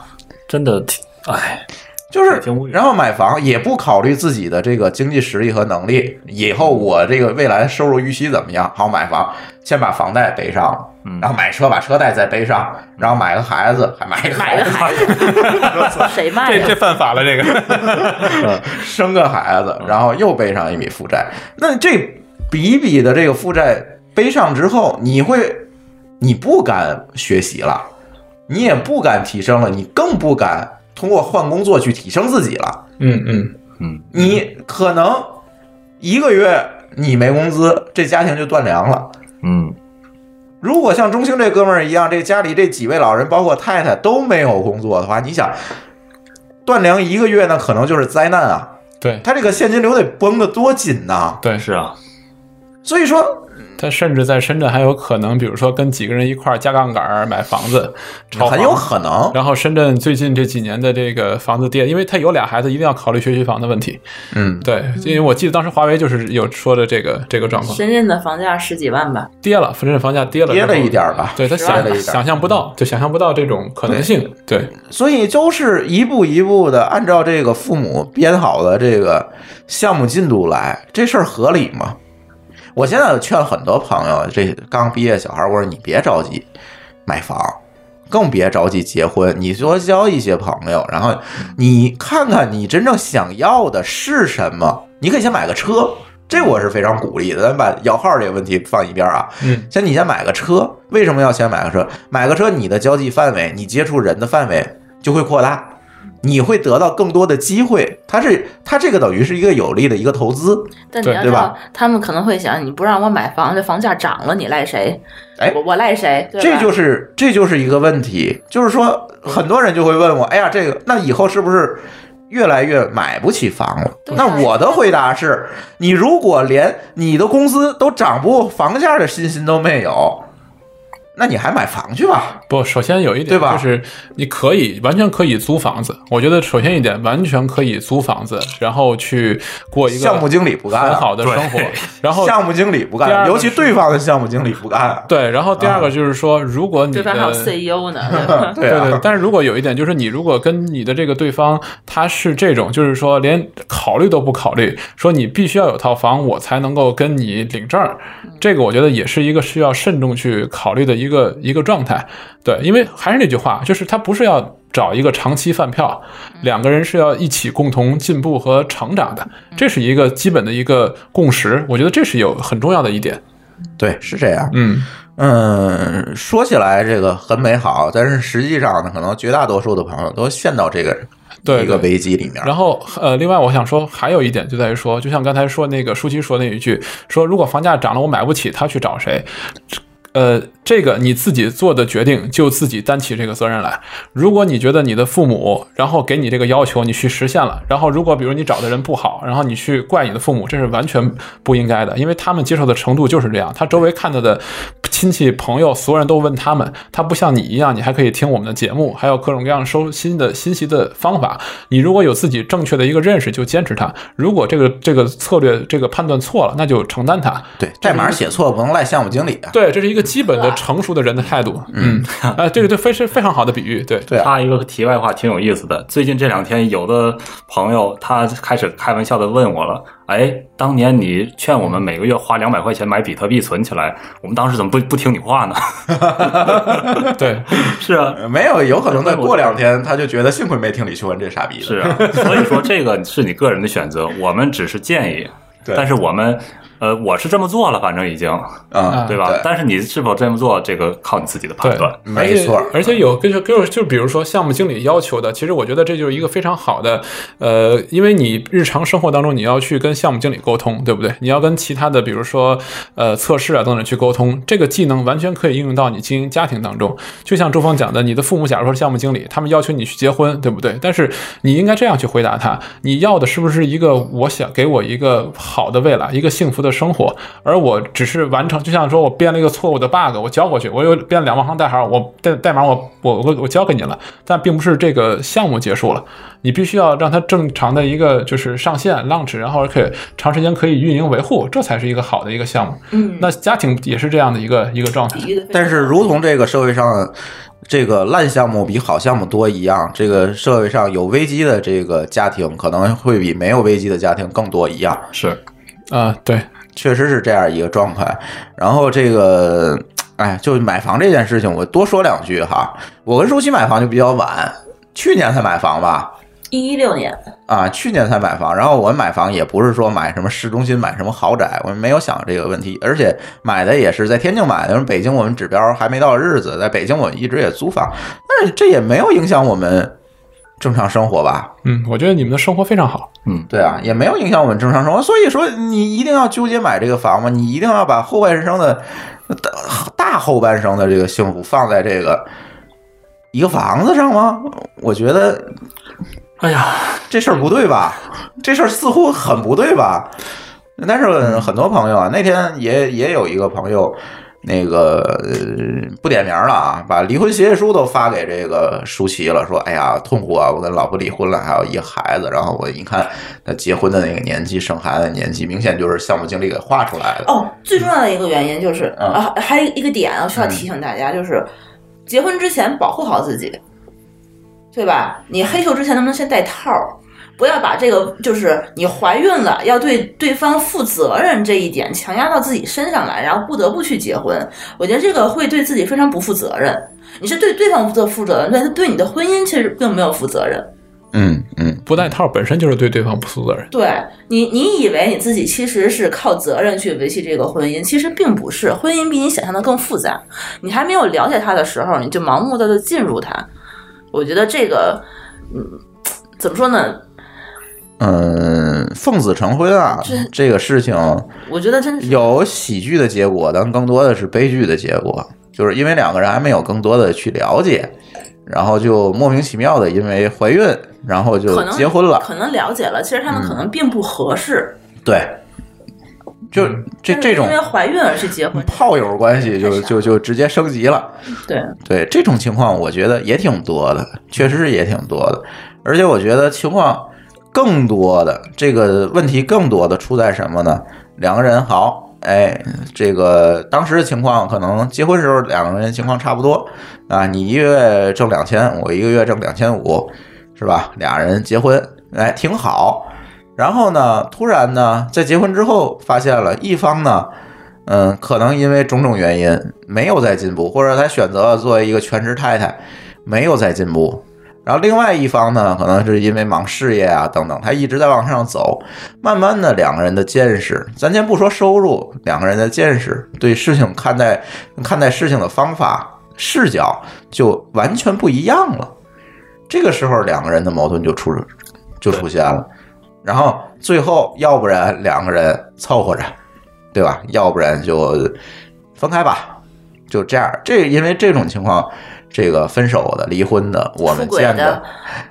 真的挺，哎，
就是，然后买房也不考虑自己的这个经济实力和能力，以后我这个未来收入预期怎么样，好买房，先把房贷背上了，然后买车把车贷再背上，然后买个孩子，还买个买个孩子，
[laughs]
谁卖呀？
犯法了，这
个 [laughs] 生个孩子，然后又背上一笔负债，那这笔笔的这个负债背上之后，你会，你不敢学习了，你也不敢提升了，你更不敢通过换工作去提升自己了。
嗯嗯
你可能一个月你没工资，这家庭就断粮了。
嗯，
如果像中兴这哥们儿一样，这家里这几位老人，包括太太都没有工作的话，你想断粮一个月呢，可能就是灾难啊！
对，
他这个现金流得绷得多紧呐、
对，
是啊。
所以说，
他甚至在深圳还有可能，比如说跟几个人一块儿加杠杆儿买房子，炒
很有可能。
然后深圳最近这几年的这个房子跌，因为他有俩孩子，一定要考虑学区房的问题。
嗯，
对，因为我记得当时华为就是有说的这个这个状况。
深圳的房价十几万吧，
跌了，深圳房价跌了，
跌了一点儿吧
对他
跌了一
想
点儿嗯
想象不到，就想象不到这种可能性。对，
所以就是一步一步的按照这个父母编好的这个项目进度来，这事儿合理吗？我现在劝很多朋友，这刚毕业小孩儿，我说你别着急买房，更别着急结婚，你多交一些朋友，然后你看看你真正想要的是什么，你可以先买个车。这我是非常鼓励的，咱把摇号这个问题放一边儿啊。
嗯，
先你先买个车，为什么要先买个车？买个车，你的交际范围，你接触人的范围就会扩大，你会得到更多的机会。它是它这个等于是一个有利的一个投资，
但你要
对
知
吧
道？，他们可能会想，你不让我买房，这房价涨了，你赖谁？
哎
我我赖谁？对吧
这就是这就是一个问题，就是说很多人就会问我，哎呀，这个那以后是不是越来越买不起房了？
啊
那我的回答是，你如果连你的工资都涨不房价的信心都没有，那你还买房去吧？
不，首先有一点，
对吧
就是你可以完全可以租房子。我觉得首先一点，完全可以租房子，然后去过一个
项目经理不干啊
很好的生活
[laughs] 对。
然后
项目经理不
第二
干，
个
尤其对方的项目经理不干。
对，然后第
啊
二个就是说，如果你
对
的
方还有 CEO 呢，对吧
对啊
对，但是如果有一点，就是你如果跟你的这个对方他是这种，就是说连考虑都不考虑，说你必须要有套房，我才能够跟你领证儿，
嗯
这个我觉得也是一个需要慎重去考虑的一个一个状态。对，因为还是那句话，就是他不是要。找一个长期饭票，
嗯
两个人是要一起共同进步和成长的，
嗯
这是一个基本的一个共识。我觉得这是有很重要的一点。
对，是这样。
嗯
嗯，说起来这个很美好，但是实际上呢，可能绝大多数的朋友都陷到这个
对
一个危机里面。
然后呃，另外我想说，还有一点就在于说，就像刚才说那个舒淇说那一句，说如果房价涨了我买不起，他去找谁？呃，这个你自己做的决定就自己担起这个责任来。如果你觉得你的父母，然后给你这个要求，你去实现了，然后如果比如你找的人不好，然后你去怪你的父母，这是完全不应该的，因为他们接受的程度就是这样。他周围看到的亲戚朋友，所有人都问他们，他不像你一样，你还可以听我们的节目，还有各种各样收新的新奇的方法。你如果有自己正确的一个认识，就坚持它；如果这个这个策略这个判断错了，那就承担它。
对，代码写错不能赖项目经理啊。
对，这是一个基本的成熟的人的态度。嗯，啊，这个 [laughs] 对非是非常好的比喻。对，
对
插一个题外话，挺有意思的。最近这两天，有的朋友他开始开玩笑的问我了：“哎，当年你劝我们每个月花两百块钱买比特币存起来，我们当时怎么不不听你话呢？”
对，
是啊，
没有，有可能再过两天他就觉得幸亏没听李秀文这傻逼了。
是啊，所以说这个是你个人的选择，我们只是建议，但是我们。呃，我是这么做了，反正已经
啊，
对吧？
对
但是你是否这么做，这个靠你自己的判断。
没错
而且有跟就就就比如说项目经理要求的，其实我觉得这就是一个非常好的，呃，因为你日常生活当中你要去跟项目经理沟通，对不对？你要跟其他的，比如说呃测试啊等等去沟通，这个技能完全可以应用到你经营家庭当中。就像周峰讲的，你的父母假如说是项目经理，他们要求你去结婚，对不对？但是你应该这样去回答他，你要的是不是一个我想给我一个好的未来，一个幸福的生活，而我只是完成，就像说我编了一个错误的 bug，我交过去，我又编了两万行代号，我代代码我我我我交给你了，但并不是这个项目结束了，你必须要让它正常的一个就是上线 launch，然后而且长时间可以运营维护，这才是一个好的一个项目。
嗯，
那家庭也是这样的一个一个状态。
但是，如同这个社会上这个烂项目比好项目多一样，这个社会上有危机的这个家庭可能会比没有危机的家庭更多一样。
是，
啊、对，
确实是这样一个状态。然后这个，哎，就买房这件事情，我多说两句哈。我跟舒淇买房就比较晚，去年才买房吧。
一六年，
啊，去年才买房，然后我买房也不是说买什么市中心，买什么豪宅，我没有想这个问题，而且买的也是在天津买的，因为北京我们指标还没到日子，在北京我一直也租房，但是这也没有影响我们正常生活吧？
嗯，我觉得你们的生活非常好。
嗯，
对啊，也没有影响我们正常生活，所以说你一定要纠结买这个房吗？你一定要把后半生的大大后半生的这个幸福放在这个一个房子上吗？我觉得
哎呀，
这事儿不对吧？这事儿似乎很不对吧？但是很多朋友啊，那天也也有一个朋友，那个、呃不点名了啊，把离婚协议书都发给这个舒淇了，说：“哎呀，痛苦啊！我跟老婆离婚了，还有一个孩子。”然后我一看他结婚的那个年纪，生孩子的年纪，明显就是项目经理给画出来的。
哦，最重要的一个原因就是
嗯
啊，还有一个点啊，需要提醒大家，就是结婚之前保护好自己，对吧？你黑秀之前能不能先戴套儿？不要把这个就是你怀孕了要对对方负责任这一点强压到自己身上来，然后不得不去结婚。我觉得这个会对自己非常不负责任。你是对对方负责负责任，但是对你的婚姻其实并没有负责任。
嗯嗯，
不带套本身就是对对方不负责任。
对你，你以为你自己其实是靠责任去维系这个婚姻，其实并不是。婚姻比你想象的更复杂。你还没有了解它的时候，你就盲目的就进入它。我觉得这个，嗯，怎么说呢？
嗯，奉子成婚啊
这，
这个事情
我觉得真是
有喜剧的结果，但更多的是悲剧的结果，就是因为两个人还没有更多的去了解，然后就莫名其妙的因为怀孕，然后就
可能
结婚了。嗯
可能了解了，其实他们可能并不合适。
对，就这
嗯但是
这种嗯
因为怀孕而去结婚，
炮友关系就就就直接升级了。
对，
对这种情况，我觉得也挺多的，确实是也挺多的。而且我觉得情况更多的这个问题更多的出在什么呢？两个人好，哎，这个当时的情况可能结婚时候两个人情况差不多啊，你一个月挣两千，我一个月挣两千五，是吧？俩人结婚，哎，挺好。然后呢，突然呢，在结婚之后发现了一方呢。嗯，可能因为种种原因没有再进步，或者她选择作为一个全职太太，没有再进步。然后另外一方呢，可能是因为忙事业啊等等，她一直在往上走。慢慢的，两个人的见识，咱先不说收入，两个人的见识对事情看待看待事情的方法视角就完全不一样了。这个时候，两个人的矛盾就出就出现了。然后最后，要不然两个人凑合着，对吧？要不然就分开吧，就这样。这因为这种情况，这个分手的、离婚的，我们见的，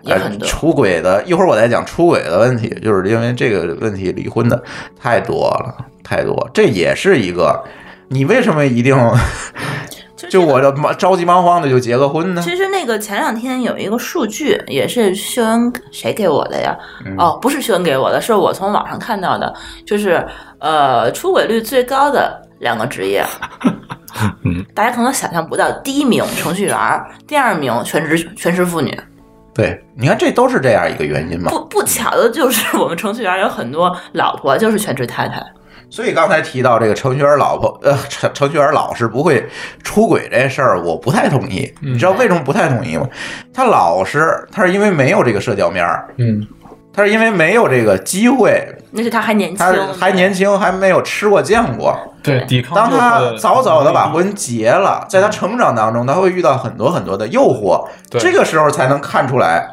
也很多
呃，出轨的，一会儿我再讲出轨的问题，就是因为这个问题离婚的太多了，太多。这也是一个，你为什么
[laughs]
一定就我这忙着急忙慌的就结个婚呢？
其实那个嗯前两天有一个数据，也是秀恩谁给我的呀？
嗯
哦，不是秀恩给我的，是我从网上看到的，就是呃，出轨率最高的两个职
[laughs]
业，
嗯
大家可能想象不到，第一名程序员儿，第二名全职全职妇女。
对，你看这都是这样一个原因嘛。
不不巧的就是我们程序员儿有很多老婆就是全职太太。
所以刚才提到这个程序员老婆， [laughs] 呃，程程序员老是不会出轨这事儿，我不太同意。
嗯
你知道为什么不太同意吗？他老实，他是因为没有这个社交面儿，
嗯，
他是因为没有这个机会，
那是他还年轻
他，还年轻，还没有吃过见过。
对，抵抗
当
诱惑
他
的
早早的把婚结了，在他成长当中，他会遇到很多很多的诱惑，这个时候才能看出来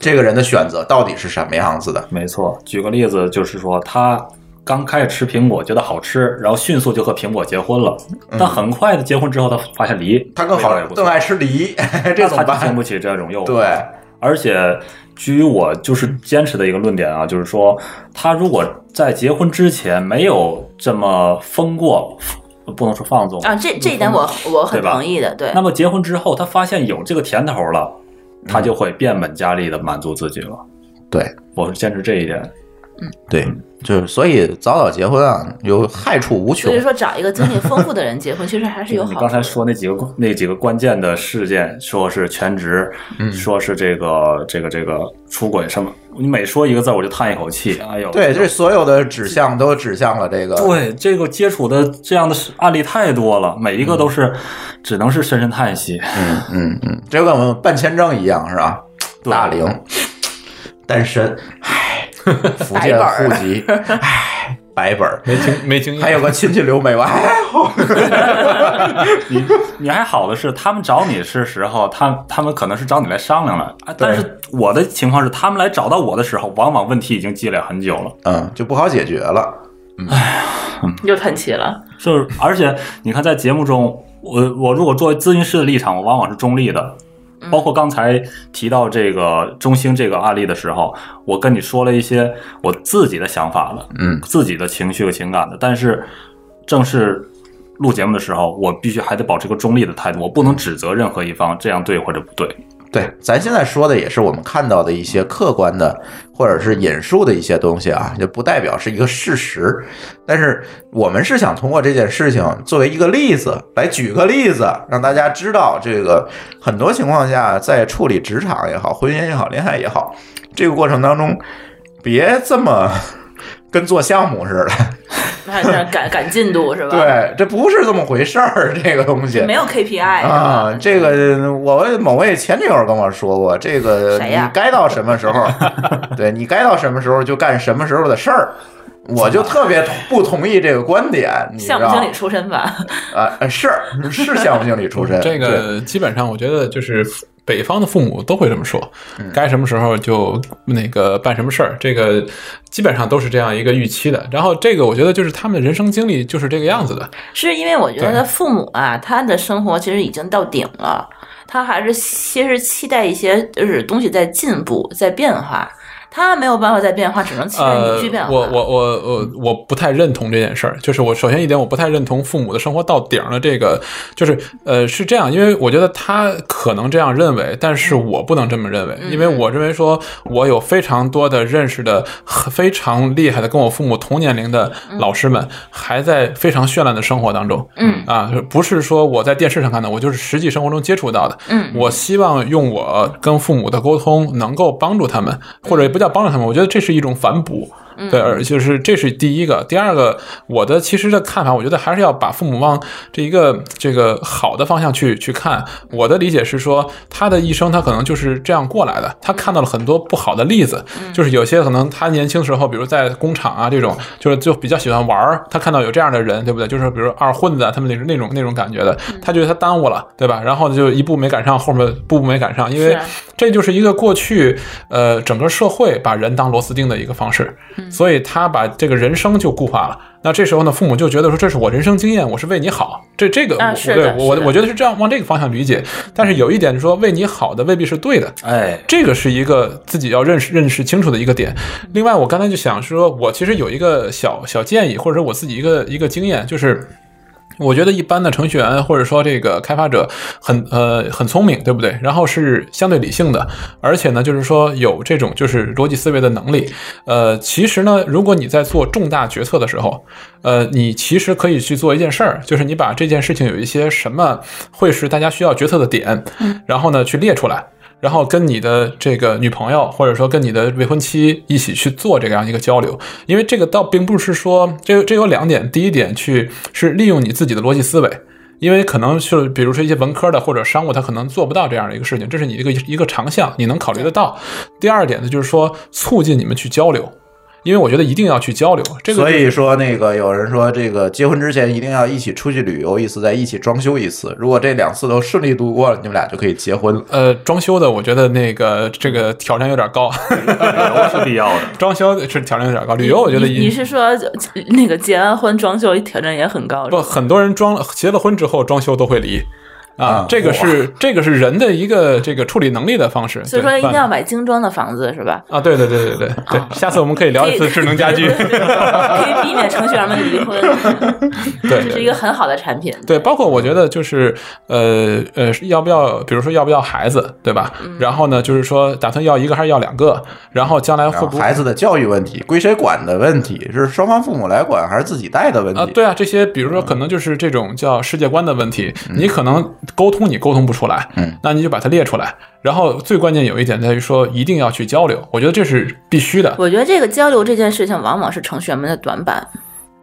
这个人的选择到底是什么样子的。
没错，举个例子，就是说他刚开始吃苹果，觉得好吃，然后迅速就和苹果结婚了。但很快的结婚之后，他发现梨，
嗯他更好更爱吃梨，这怎
那他
么
就
办
经不起这种诱惑。
对，
而且基于我就是坚持的一个论点啊，就是说他如果在结婚之前没有这么疯过，不能说放纵
啊，这这一点我我很
嗯对吧
同意的，对。
那么结婚之后，他发现有这个甜头了，他就会变本加厉的满足自己了。
嗯对，
我是坚持这一点。
对，就是所以早早结婚啊，有害处无穷
所以。说，找一个经历丰富的人结婚，其实还是有
嗯你
好
刚
处。
才说那几个那几个关键的事件，说是全职，
嗯
说是这个这个这个出轨什么，你每说一个字儿我就叹一口气，哎呦，
对，这所有的指向都指向了这个。
对这个接触的这样的案例太多了，每一个都是、只能是深深叹息。
嗯嗯嗯，这就跟我们办签证一样，是吧？大龄单身，唉，福建户籍，唉，白本儿，
没经没经验，
还有个亲戚留美吧，唉
你还好的是，他们找你是时候，他他们可能是找你来商量了，啊但是我的情况是，他们来找到我的时候，往往问题已经积累很久了，
[laughs] 嗯，就不好解决了。
又喷气了，
就是而且你看，在节目中，我我如果作为咨询师的立场，我往往是中立的。包括刚才提到这个中兴这个案例的时候，我跟你说了一些我自己的想法了，
嗯
自己的情绪和情感的。但是正式录节目的时候，我必须还得保持一个中立的态度，我不能指责任何一方这样对或者不对。
对，咱现在说的也是我们看到的一些客观的，或者是引述的一些东西啊，也不代表是一个事实。但是我们是想通过这件事情作为一个例子来举个例子，让大家知道这个很多情况下在处理职场也好、婚姻也好、恋爱也好，这个过程当中，别这么 [laughs] 跟做项目似的。 [laughs]
还有点赶赶进度是吧？，
对，这不是这么回事儿，这个东西
没有 KPI 是吧嗯
啊，这个我某位前女友跟我说过，这个
谁
你
呀
该到什么
[laughs]
时候，对你该到什么时候就干什么时候的事儿。我就特别不同意这个观点，你知
项
道
目
吗？
经理出身吧？
啊，呃是是项目经理出身，
嗯
对
这个基本上我觉得就是北方的父母都会这么说，
嗯
该什么时候就那个办什么事儿，这个基本上都是这样一个预期的。然后这个我觉得就是他们的人生经历就是这个样子的，
[laughs] 是因为我觉
对
得父母啊，他的生活其实已经到顶了，他还是其实期待一些就是东西在进步、在变化，他没有办法再变化，只能期待
呃
你去变，化。
我我我
嗯
我我不太认同这件事儿。就是我首先一点，我不太认同父母的生活到顶了这个，就是呃是这样，因为我觉得他可能这样认为，但是
嗯
我不能这么认为，因为我认为说我有非常多的认识的非常厉害的跟我父母同年龄的老师们，还在非常绚烂的生活当中。
嗯
啊，不是说我在电视上看到，我就是实际生活中接触到的。
嗯
我希望用我跟父母的沟通能够帮助他们，或者也不叫帮助他们，我觉得这是一种反哺。
嗯
对，而就是这是第一个，第二个，我的其实的看法，我觉得还是要把父母往这一个这个好的方向去去看。我的理解是说，他的一生他可能就是这样过来的，他看到了很多不好的例子，就是有些可能他年轻时候，比如在工厂啊这种，就是就比较喜欢玩儿，他看到有这样的人，对不对？就是比如二混子啊，他们那种那种那种感觉的，他觉得他耽误了，对吧？然后就一步没赶上，后面步步没赶上，因为
是
这就是一个过去呃整个社会把人当螺丝钉的一个方式。所以他把这个人生就固化了。那这时候呢，父母就觉得说这是我人生经验，我是为你好。这这个呃我，
啊是的
对我
是的
我觉得是这样往这个方向理解。但是有一点说为你好的未必是对的，
哎，
这个是一个自己要认识认识清楚的一个点。另外，我刚才就想说，我其实有一个小小建议，或者说我自己一个一个经验，就是。我觉得一般的程序员或者说这个开发者很呃很聪明，对不对？然后是相对理性的，而且呢，就是说有这种就是逻辑思维的能力。呃，其实呢，如果你在做重大决策的时候，呃，你其实可以去做一件事儿，就是你把这件事情有一些什么会是大家需要决策的点，然后呢去列出来。然后跟你的这个女朋友，或者说跟你的未婚妻一起去做这样一个交流，因为这个倒并不是说这这有两点，第一点去是利用你自己的逻辑思维。因为可能是，比如说一些文科的或者商务，他可能做不到这样的一个事情，这是你一个一个长项，你能考虑得到。第二点呢，就是说促进你们去交流，因为我觉得一定要去交流。这个就
所
是
以说，那个有人说，这个结婚之前一定要一起出去旅游一次，再一起装修一次。如果这两次都顺利度过了，你们俩就可以结婚了。
呃，装修的我觉得那个这个挑战有点 [laughs] 高，旅游是必要的，装修是挑战有点高，旅游我觉得
你
一
你是说呃那个结完婚装修挑战也很高？
不，很多人装了结了婚之后装修都会离啊，这个是这个是人的一个这个处理能力的方式，
所以
对
说一定
办
要啊买精装的房子是
[laughs]
吧？
啊，对对对对对对，下次我们可以聊一次智能家
[laughs]
居，
可以避免程序员们离婚，
对
这是一个很好的产品。
对，包括我觉得就是呃呃，要不要，比如说要不要孩子，对吧？
嗯
然后呢，就是说打算要一个还是要两个，然后将来会不会
孩子的教育问题归谁管的问题，是双方父母来管还是自己带的问题？
啊，对啊，这些比如说可能就是这种叫世界观的问题，你可能沟通你沟通不出来，
嗯，
那你就把它列出来。然后最关键有一点在于说，一定要去交流，我觉得这是必须的。
我觉得这个交流这件事情往往是程序员们的短板，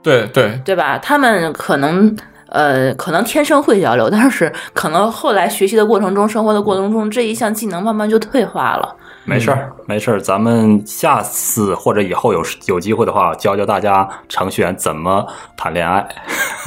对对
对吧？他们可能呃，可能天生会交流，但是可能后来学习的过程中、生活的过程中，这一项技能慢慢就退化了。
[laughs] 没事儿，嗯没事儿，咱们下次或者以后有有机会的话，教教大家程序员怎么谈恋爱。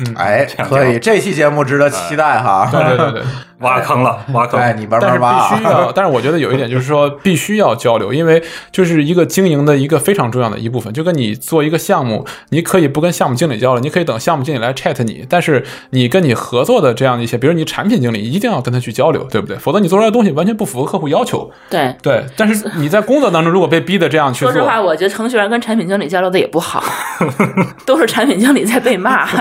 嗯
哎，可以，这期节目值得期待 [laughs] 哈。
哎对对对对，
挖坑了，挖坑。
哎，你慢
但是
慢挖
必须要，
啊。
但是我觉得有一点就是说，必须要交流，因为就是一个经营的一个非常重要的一部分。就跟你做一个项目，你可以不跟项目经理交流，你可以等项目经理来 chat 你，但是你跟你合作的这样的一些，比如你产品经理，一定要跟他去交流，对不对？否则你做出来的东西完全不符合客户要求。
对，
对，但是你在工作当中如果被逼的这样去
说
做，
实话，我觉得程序员跟产品经理交流的也不
[laughs]
好，都是产品经理在被骂。 [laughs]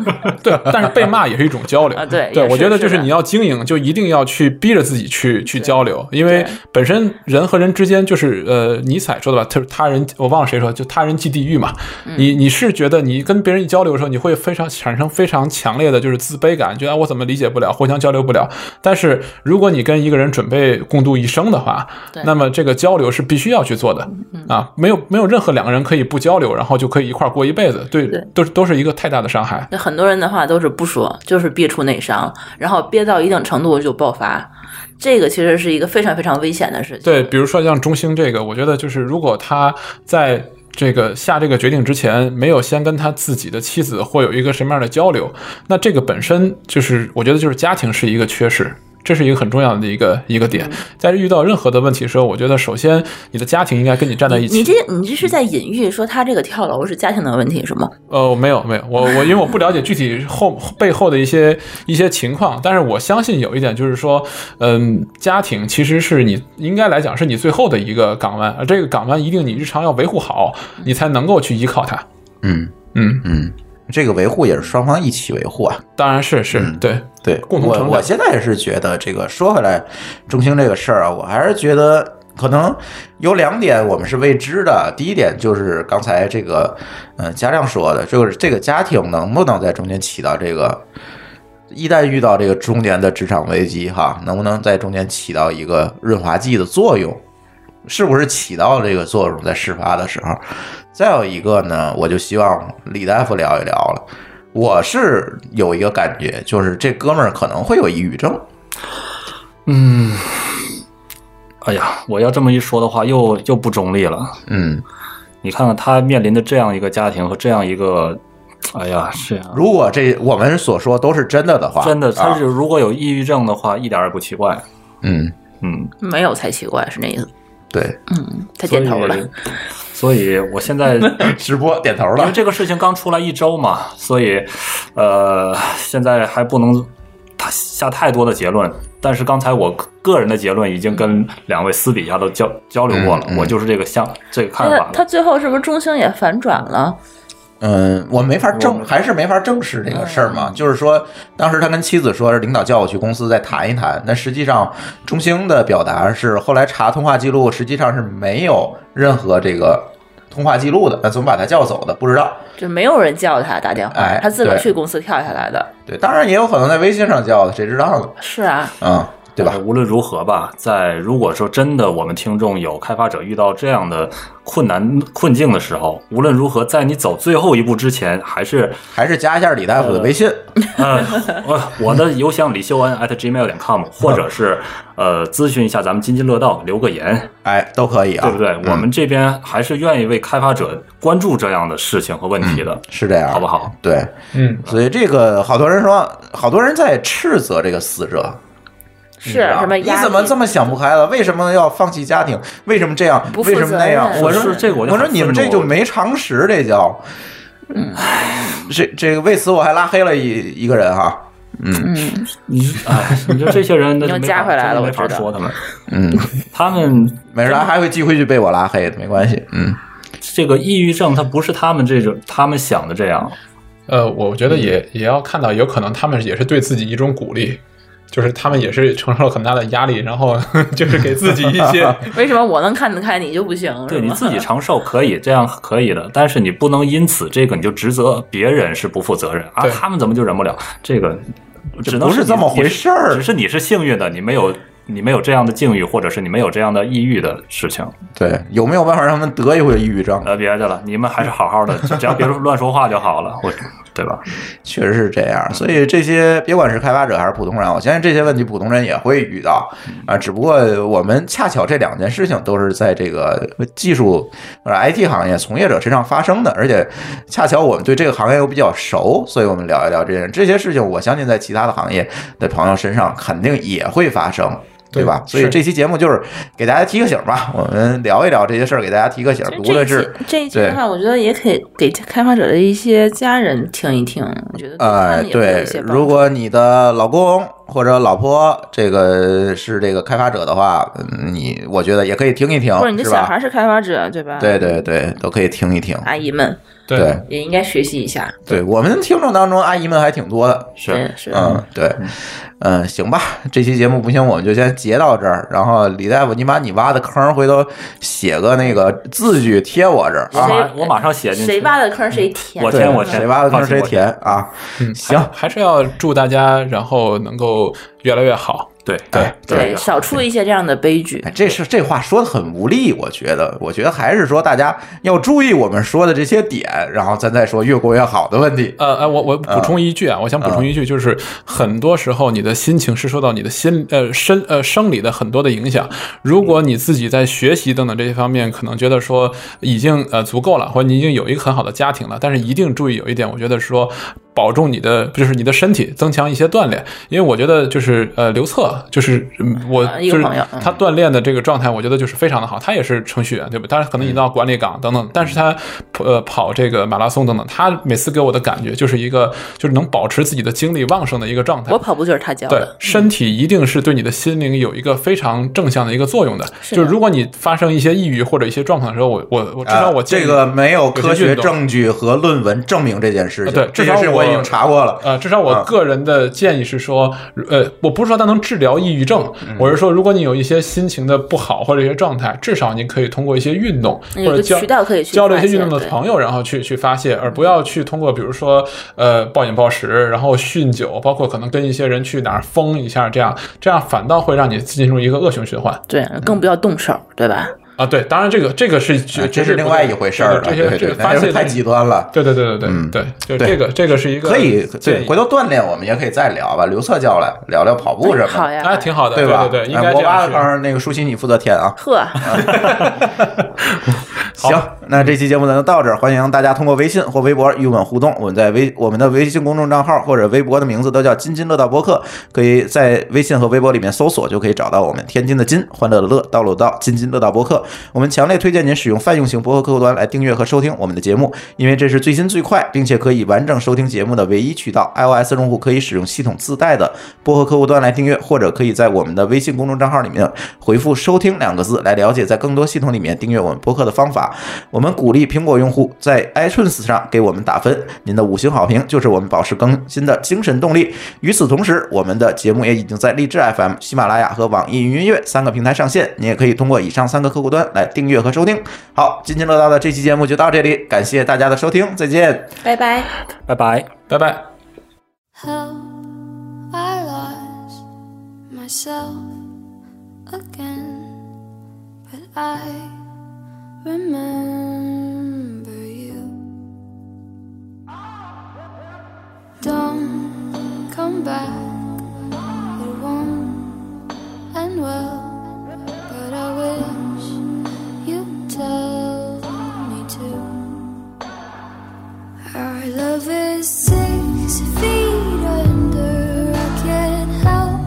[laughs] 对，但是被骂也是一种交流
啊对
对
也是
我觉得就是是
的
你要经营，就一定要去逼着自己去去交流，因为本身人和人之间就是呃，尼采说的吧，他他人我忘了谁说，就他人即地狱嘛。
嗯
你你是觉得你跟别人一交流的时候，你会非常产生非常强烈的就是自卑感，觉得啊我怎么理解不了，互相交流不了。但是如果你跟一个人准备共度一生的话，
对嗯
那么这个交流是必须要去做的啊，没有没有任何两个人可以不交流，然后就可以一块儿过一辈子，对，都是都是一个太大的伤害。
那很多人的话都是不说，就是憋出内伤，然后憋到一定程度就爆发，这个其实是一个非常非常危险的事情。
对，比如说像中兴这个，我觉得就是如果他在这个下这个决定之前，没有先跟他自己的妻子或有一个什么样的交流，那这个本身就是我觉得就是家庭是一个缺失。这是一个很重要的一个一个点，
嗯
在遇到任何的问题的时候，我觉得首先你的家庭应该跟你站在一起。
你这你这是在隐喻说他这个跳楼是家庭的问题是吗？
呃，我没有没有，我我因为我不了解具体后背后的一些一些情况，但是我相信有一点就是说，嗯，家庭其实是你应该来讲是你最后的一个港湾，而这个港湾一定你日常要维护好，你才能够去依靠它。
嗯
嗯
嗯，这个维护也是双方一起维护啊。
当然是是，对
对，
共同成长
我我现在是觉得这个说回来，中兴这个事儿啊，我还是觉得可能有两点我们是未知的。第一点就是刚才这个，呃，嘉亮说的，就是这个家庭能不能在中间起到这个，一旦遇到这个中年的职场危机哈，能不能在中间起到一个润滑剂的作用？是不是起到这个作用，在事发的时候？再有一个呢，我就希望李大夫聊一聊了。我是有一个感觉，就是这哥们儿可能会有抑郁症。
嗯，哎呀，我要这么一说的话，又又不中立了。
嗯，
你看看他面临的这样一个家庭和这样一个，哎呀，是呀、
如果这我们所说都是真的的话，
真的，
啊
他是如果有抑郁症的话，一点儿也不奇怪。
嗯
嗯，
没有才奇怪，是那意思。
对，
嗯，他点头了。
所以。所以我
[laughs]
现在
直播点头了，
因为这个事情刚出来一周嘛，所以呃，现在还不能太下太多的结论。但是刚才我个人的结论已经跟两位私底下都交交流过了，
嗯
我就是这个相这个看
他
法了。
他最后是不是中兴也反转了？
嗯，我没法证，还是没法证实这个事儿
嗯
嘛。就是说，当时他跟妻子说，领导叫我去公司再谈一谈。但实际上，中兴的表达是，后来查通话记录，实际上是没有任何这个通话记录的。那怎么把他叫走的？不知道。
就没有人叫他打电话，
哎
他自个儿
对
去公司跳下来的。
对，当然也有可能在微信上叫的，谁知道呢？
是啊，
嗯，对
吧？哎无论如何吧，在如果说真的我们听众有开发者遇到这样的困难困境的时候，无论如何，在你走最后一步之前，还是
还是加一下李大夫的微信。
[laughs]
呃，我我的邮箱李秀恩 at gmail 点 com，或者是呃咨询一下咱们津津乐道，留个言，
哎，都可以啊，
对不对？
嗯
我们这边还是愿意为开发者关注这样的事情和问题的，
是这样，
好不好？
对，
嗯，
所以这个好多人说，好多人在斥责这个死者，哎
是啊什么
你
压力？
怎么这么想不开了？为什么要放弃家庭？为什么这样？
不负
为什么那样
责？任
我
是
说
这个我
我
就很
说你们这就没常识，这叫。这这个为此我还拉黑了一一个人哈，
嗯，
你哎，你说这些人，那就
又
没
加
法
回来
真的
了
没
我
法
知道
说他们。
嗯，
他们
没事，他还会寄回去被我拉黑的，没关系，嗯，
这个抑郁症，它不是他们这种他们想的这
嗯
样。
呃，我觉得也也要看到，有可能他们也是对自己一种鼓励，就是他们也是承受了很大的压力，然后 [laughs] 就是给自己一些
为什么我能看得开，你就不行？
对
是吗
你自己长寿可以，这样可以的，但是你不能因此这个你就指责别人是不负责任啊，他们怎么就忍不了？这个只能
不是
你
这么回事
儿，只是你是幸运的，你没有你没有这样的境遇，或者是你没有这样的抑郁的事情。
对，有没有办法让他们得一回抑郁症？
呃，别的了，你们还是好好的，只要别乱说 [laughs] 话就好了，我对吧？
确实是这样，所以这些别管是开发者还是普通人，我相信这些问题普通人也会遇到啊。只不过我们恰巧这两件事情都是在这个呃技术或者 IT 行业从业者身上发生的，而且恰巧我们对这个行业又比较熟，所以我们聊一聊这件这些事情。我相信在其他的行业的朋友身上肯定也会发生。对吧？所
对
以
是
这期节目就是给大家提个醒吧，我们聊一聊这些事儿，给大家提个醒。无论是
这一期
对
的话，我觉得也可以给开发者的一些家人听一听，我觉得
呃，对，如果你的老公或者老婆这个是这个开发者的话，嗯你我觉得也可以听一听，
或者你的
是
小
吧？
孩哎是开发者，对吧？
对对对，都可以听一听。
阿姨们
[laughs] 对
也应该学习一下。
对，我们听众当中阿姨们还挺多的，
是是
嗯，对，嗯，行吧，这期节目不行，我们就先截到这儿。然后李大夫，你把你挖的坑回头写个那个字据贴我这儿
我马
啊，
我马上写进
谁
去。
挖的坑
嗯
谁填，
我填我填
谁挖的
放
坑
心
谁
我哎
填啊？行
还，还是要祝大家，然后能够越来越好。
对
对
对，少出一些这样的悲剧。
哎，这是这话说的很无力，我觉得，我觉得还是说大家要注意我们说的这些点，然后咱再说越过越好的问题。
呃呃，我我补充一句啊，我想补充一句，就是很多时候你的心情是受到你的心呃身呃生理的很多的影响。如果你自己在学习等等这些方面，可能觉得说已经呃足够了，或者你已经有一个很好的家庭了，但是一定注意有一点，我觉得说保重你的就是你的身体，增强一些锻炼，因为我觉得就是呃刘策就是嗯我
啊一
就
个
是
朋友嗯
他锻炼的这个状态，我觉得就是非常的好。他也是程序员，对吧？当然可能引到管理岗等等，但是他呃跑这个马拉松等等，他每次给我的感觉就是一个就是能保持自己的精力旺盛的一个状态
我。跑步就是他教
对
的，，
身体一定是对你的心灵有一个非常正向的一个作用的。
是的
就是如果你发生一些抑郁或者一些状况的时候，我呃我我至少我
啊
建议
这个没有
些
科学
运动呃
证据和论文证明这件事情，
啊对，
这
至
件
少
事我已经查过了。啊
呃，至少我个人的建议是说，呃，我不是说它能治疗抑郁症，
嗯
我是说，如果你有一些心情的不好或者一些状态，至少你可以通过一些运动
有
或
一个
者交
渠道可以去
交流一些
发泄
运动的
对嗯
朋友，然后去去发泄，而不要去通过比如说呃暴饮暴食，然后酗酒，包括可能跟一些人去哪儿疯一下，这样这样反倒会让你进入一个恶性循环。
对，更不要动手，对吧？
啊，对，当然这个这个是绝
啊这
绝对
是
不
另
对
外一回事儿了，
这
对
些
对
这个
对，
发
那
泄
就太极端了。
对对对对
嗯
对对，就
对
这个这个是一个
可以，
建
对，
议
回头锻炼我们也可以再聊吧。刘策叫来聊聊跑步什么的，
好呀，
哎，挺好的，对
吧？
对对，应
哎
该
我
这
挖
样
的
去。
坑，那个舒淇你负责填啊。
呵，
行，那这期节目咱就到这儿，欢迎大家通过微信或微博与我们互动。我们在微我们的微信公众账号或者微博的名字都叫“津津乐道播客”，可以在微信和微博里面搜索就可以找到我们。天津的津，欢乐的乐，道路的道，津津乐道播客。我们强烈推荐您使用泛用型博客客户端来订阅和收听我们的节目，因为这是最新最快，并且可以完整收听节目的唯一渠道。iOS 用户可以使用系统自带的博客客户端来订阅，或者可以在我们的微信公众账号里面回复“收听”两个字来了解在更多系统里面订阅我们播客的方法。我们鼓励苹果用户在 iTunes 上给我们打分，您的五星好评就是我们保持更新的精神动力。与此同时，我们的节目也已经在荔枝 FM、喜马拉雅和网易云音乐三个平台上线，你也可以通过以上三个客户端来订阅和收听。好，津津乐道的这期节目就到这里，感谢大家的收听，再见，
拜拜，
拜拜，
拜拜。
How I lost myself again, but I remember you. Don't come back, it won't end well, but I wish you'd tell me to. Our love is six feet under. I can't help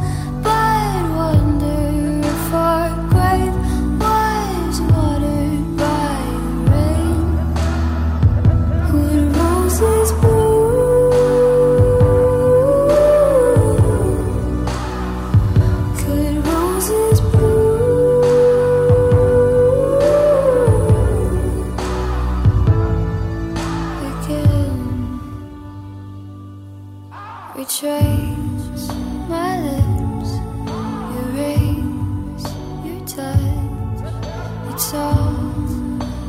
but wonder if our grave was watered by the rain. Would roses bloom? Could roses bloom? again. Retrace my lips, erase your touch. It's all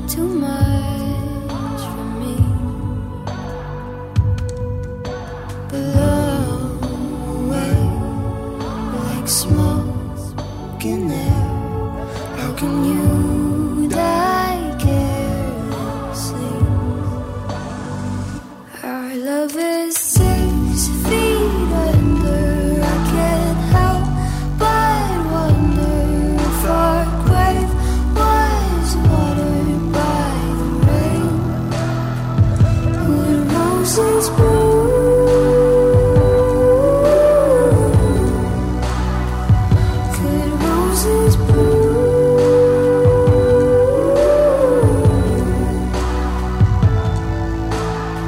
too much for me. Blow away like smoke in air. How can you die carelessly? Our love is six feet under. I can't help but wonder if our grave was watered by the rain. Would roses bloom? Could roses bloom?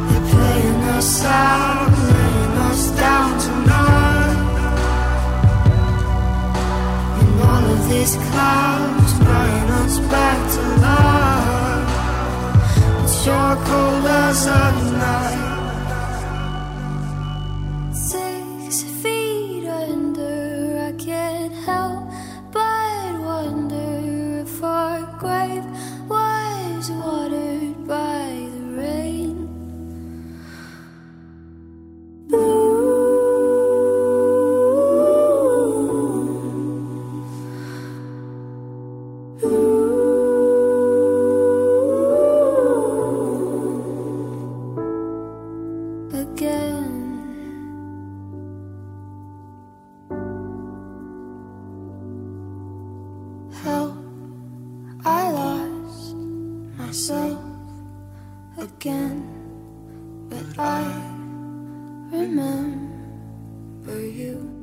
They're playing us out, laying us down tonight. And all of these clouds bringing us back to life. It's your cold as a night. Six feet under, I can't help but wonder if our grave was watered by the rain. again. How I lost myself again, but I remember you.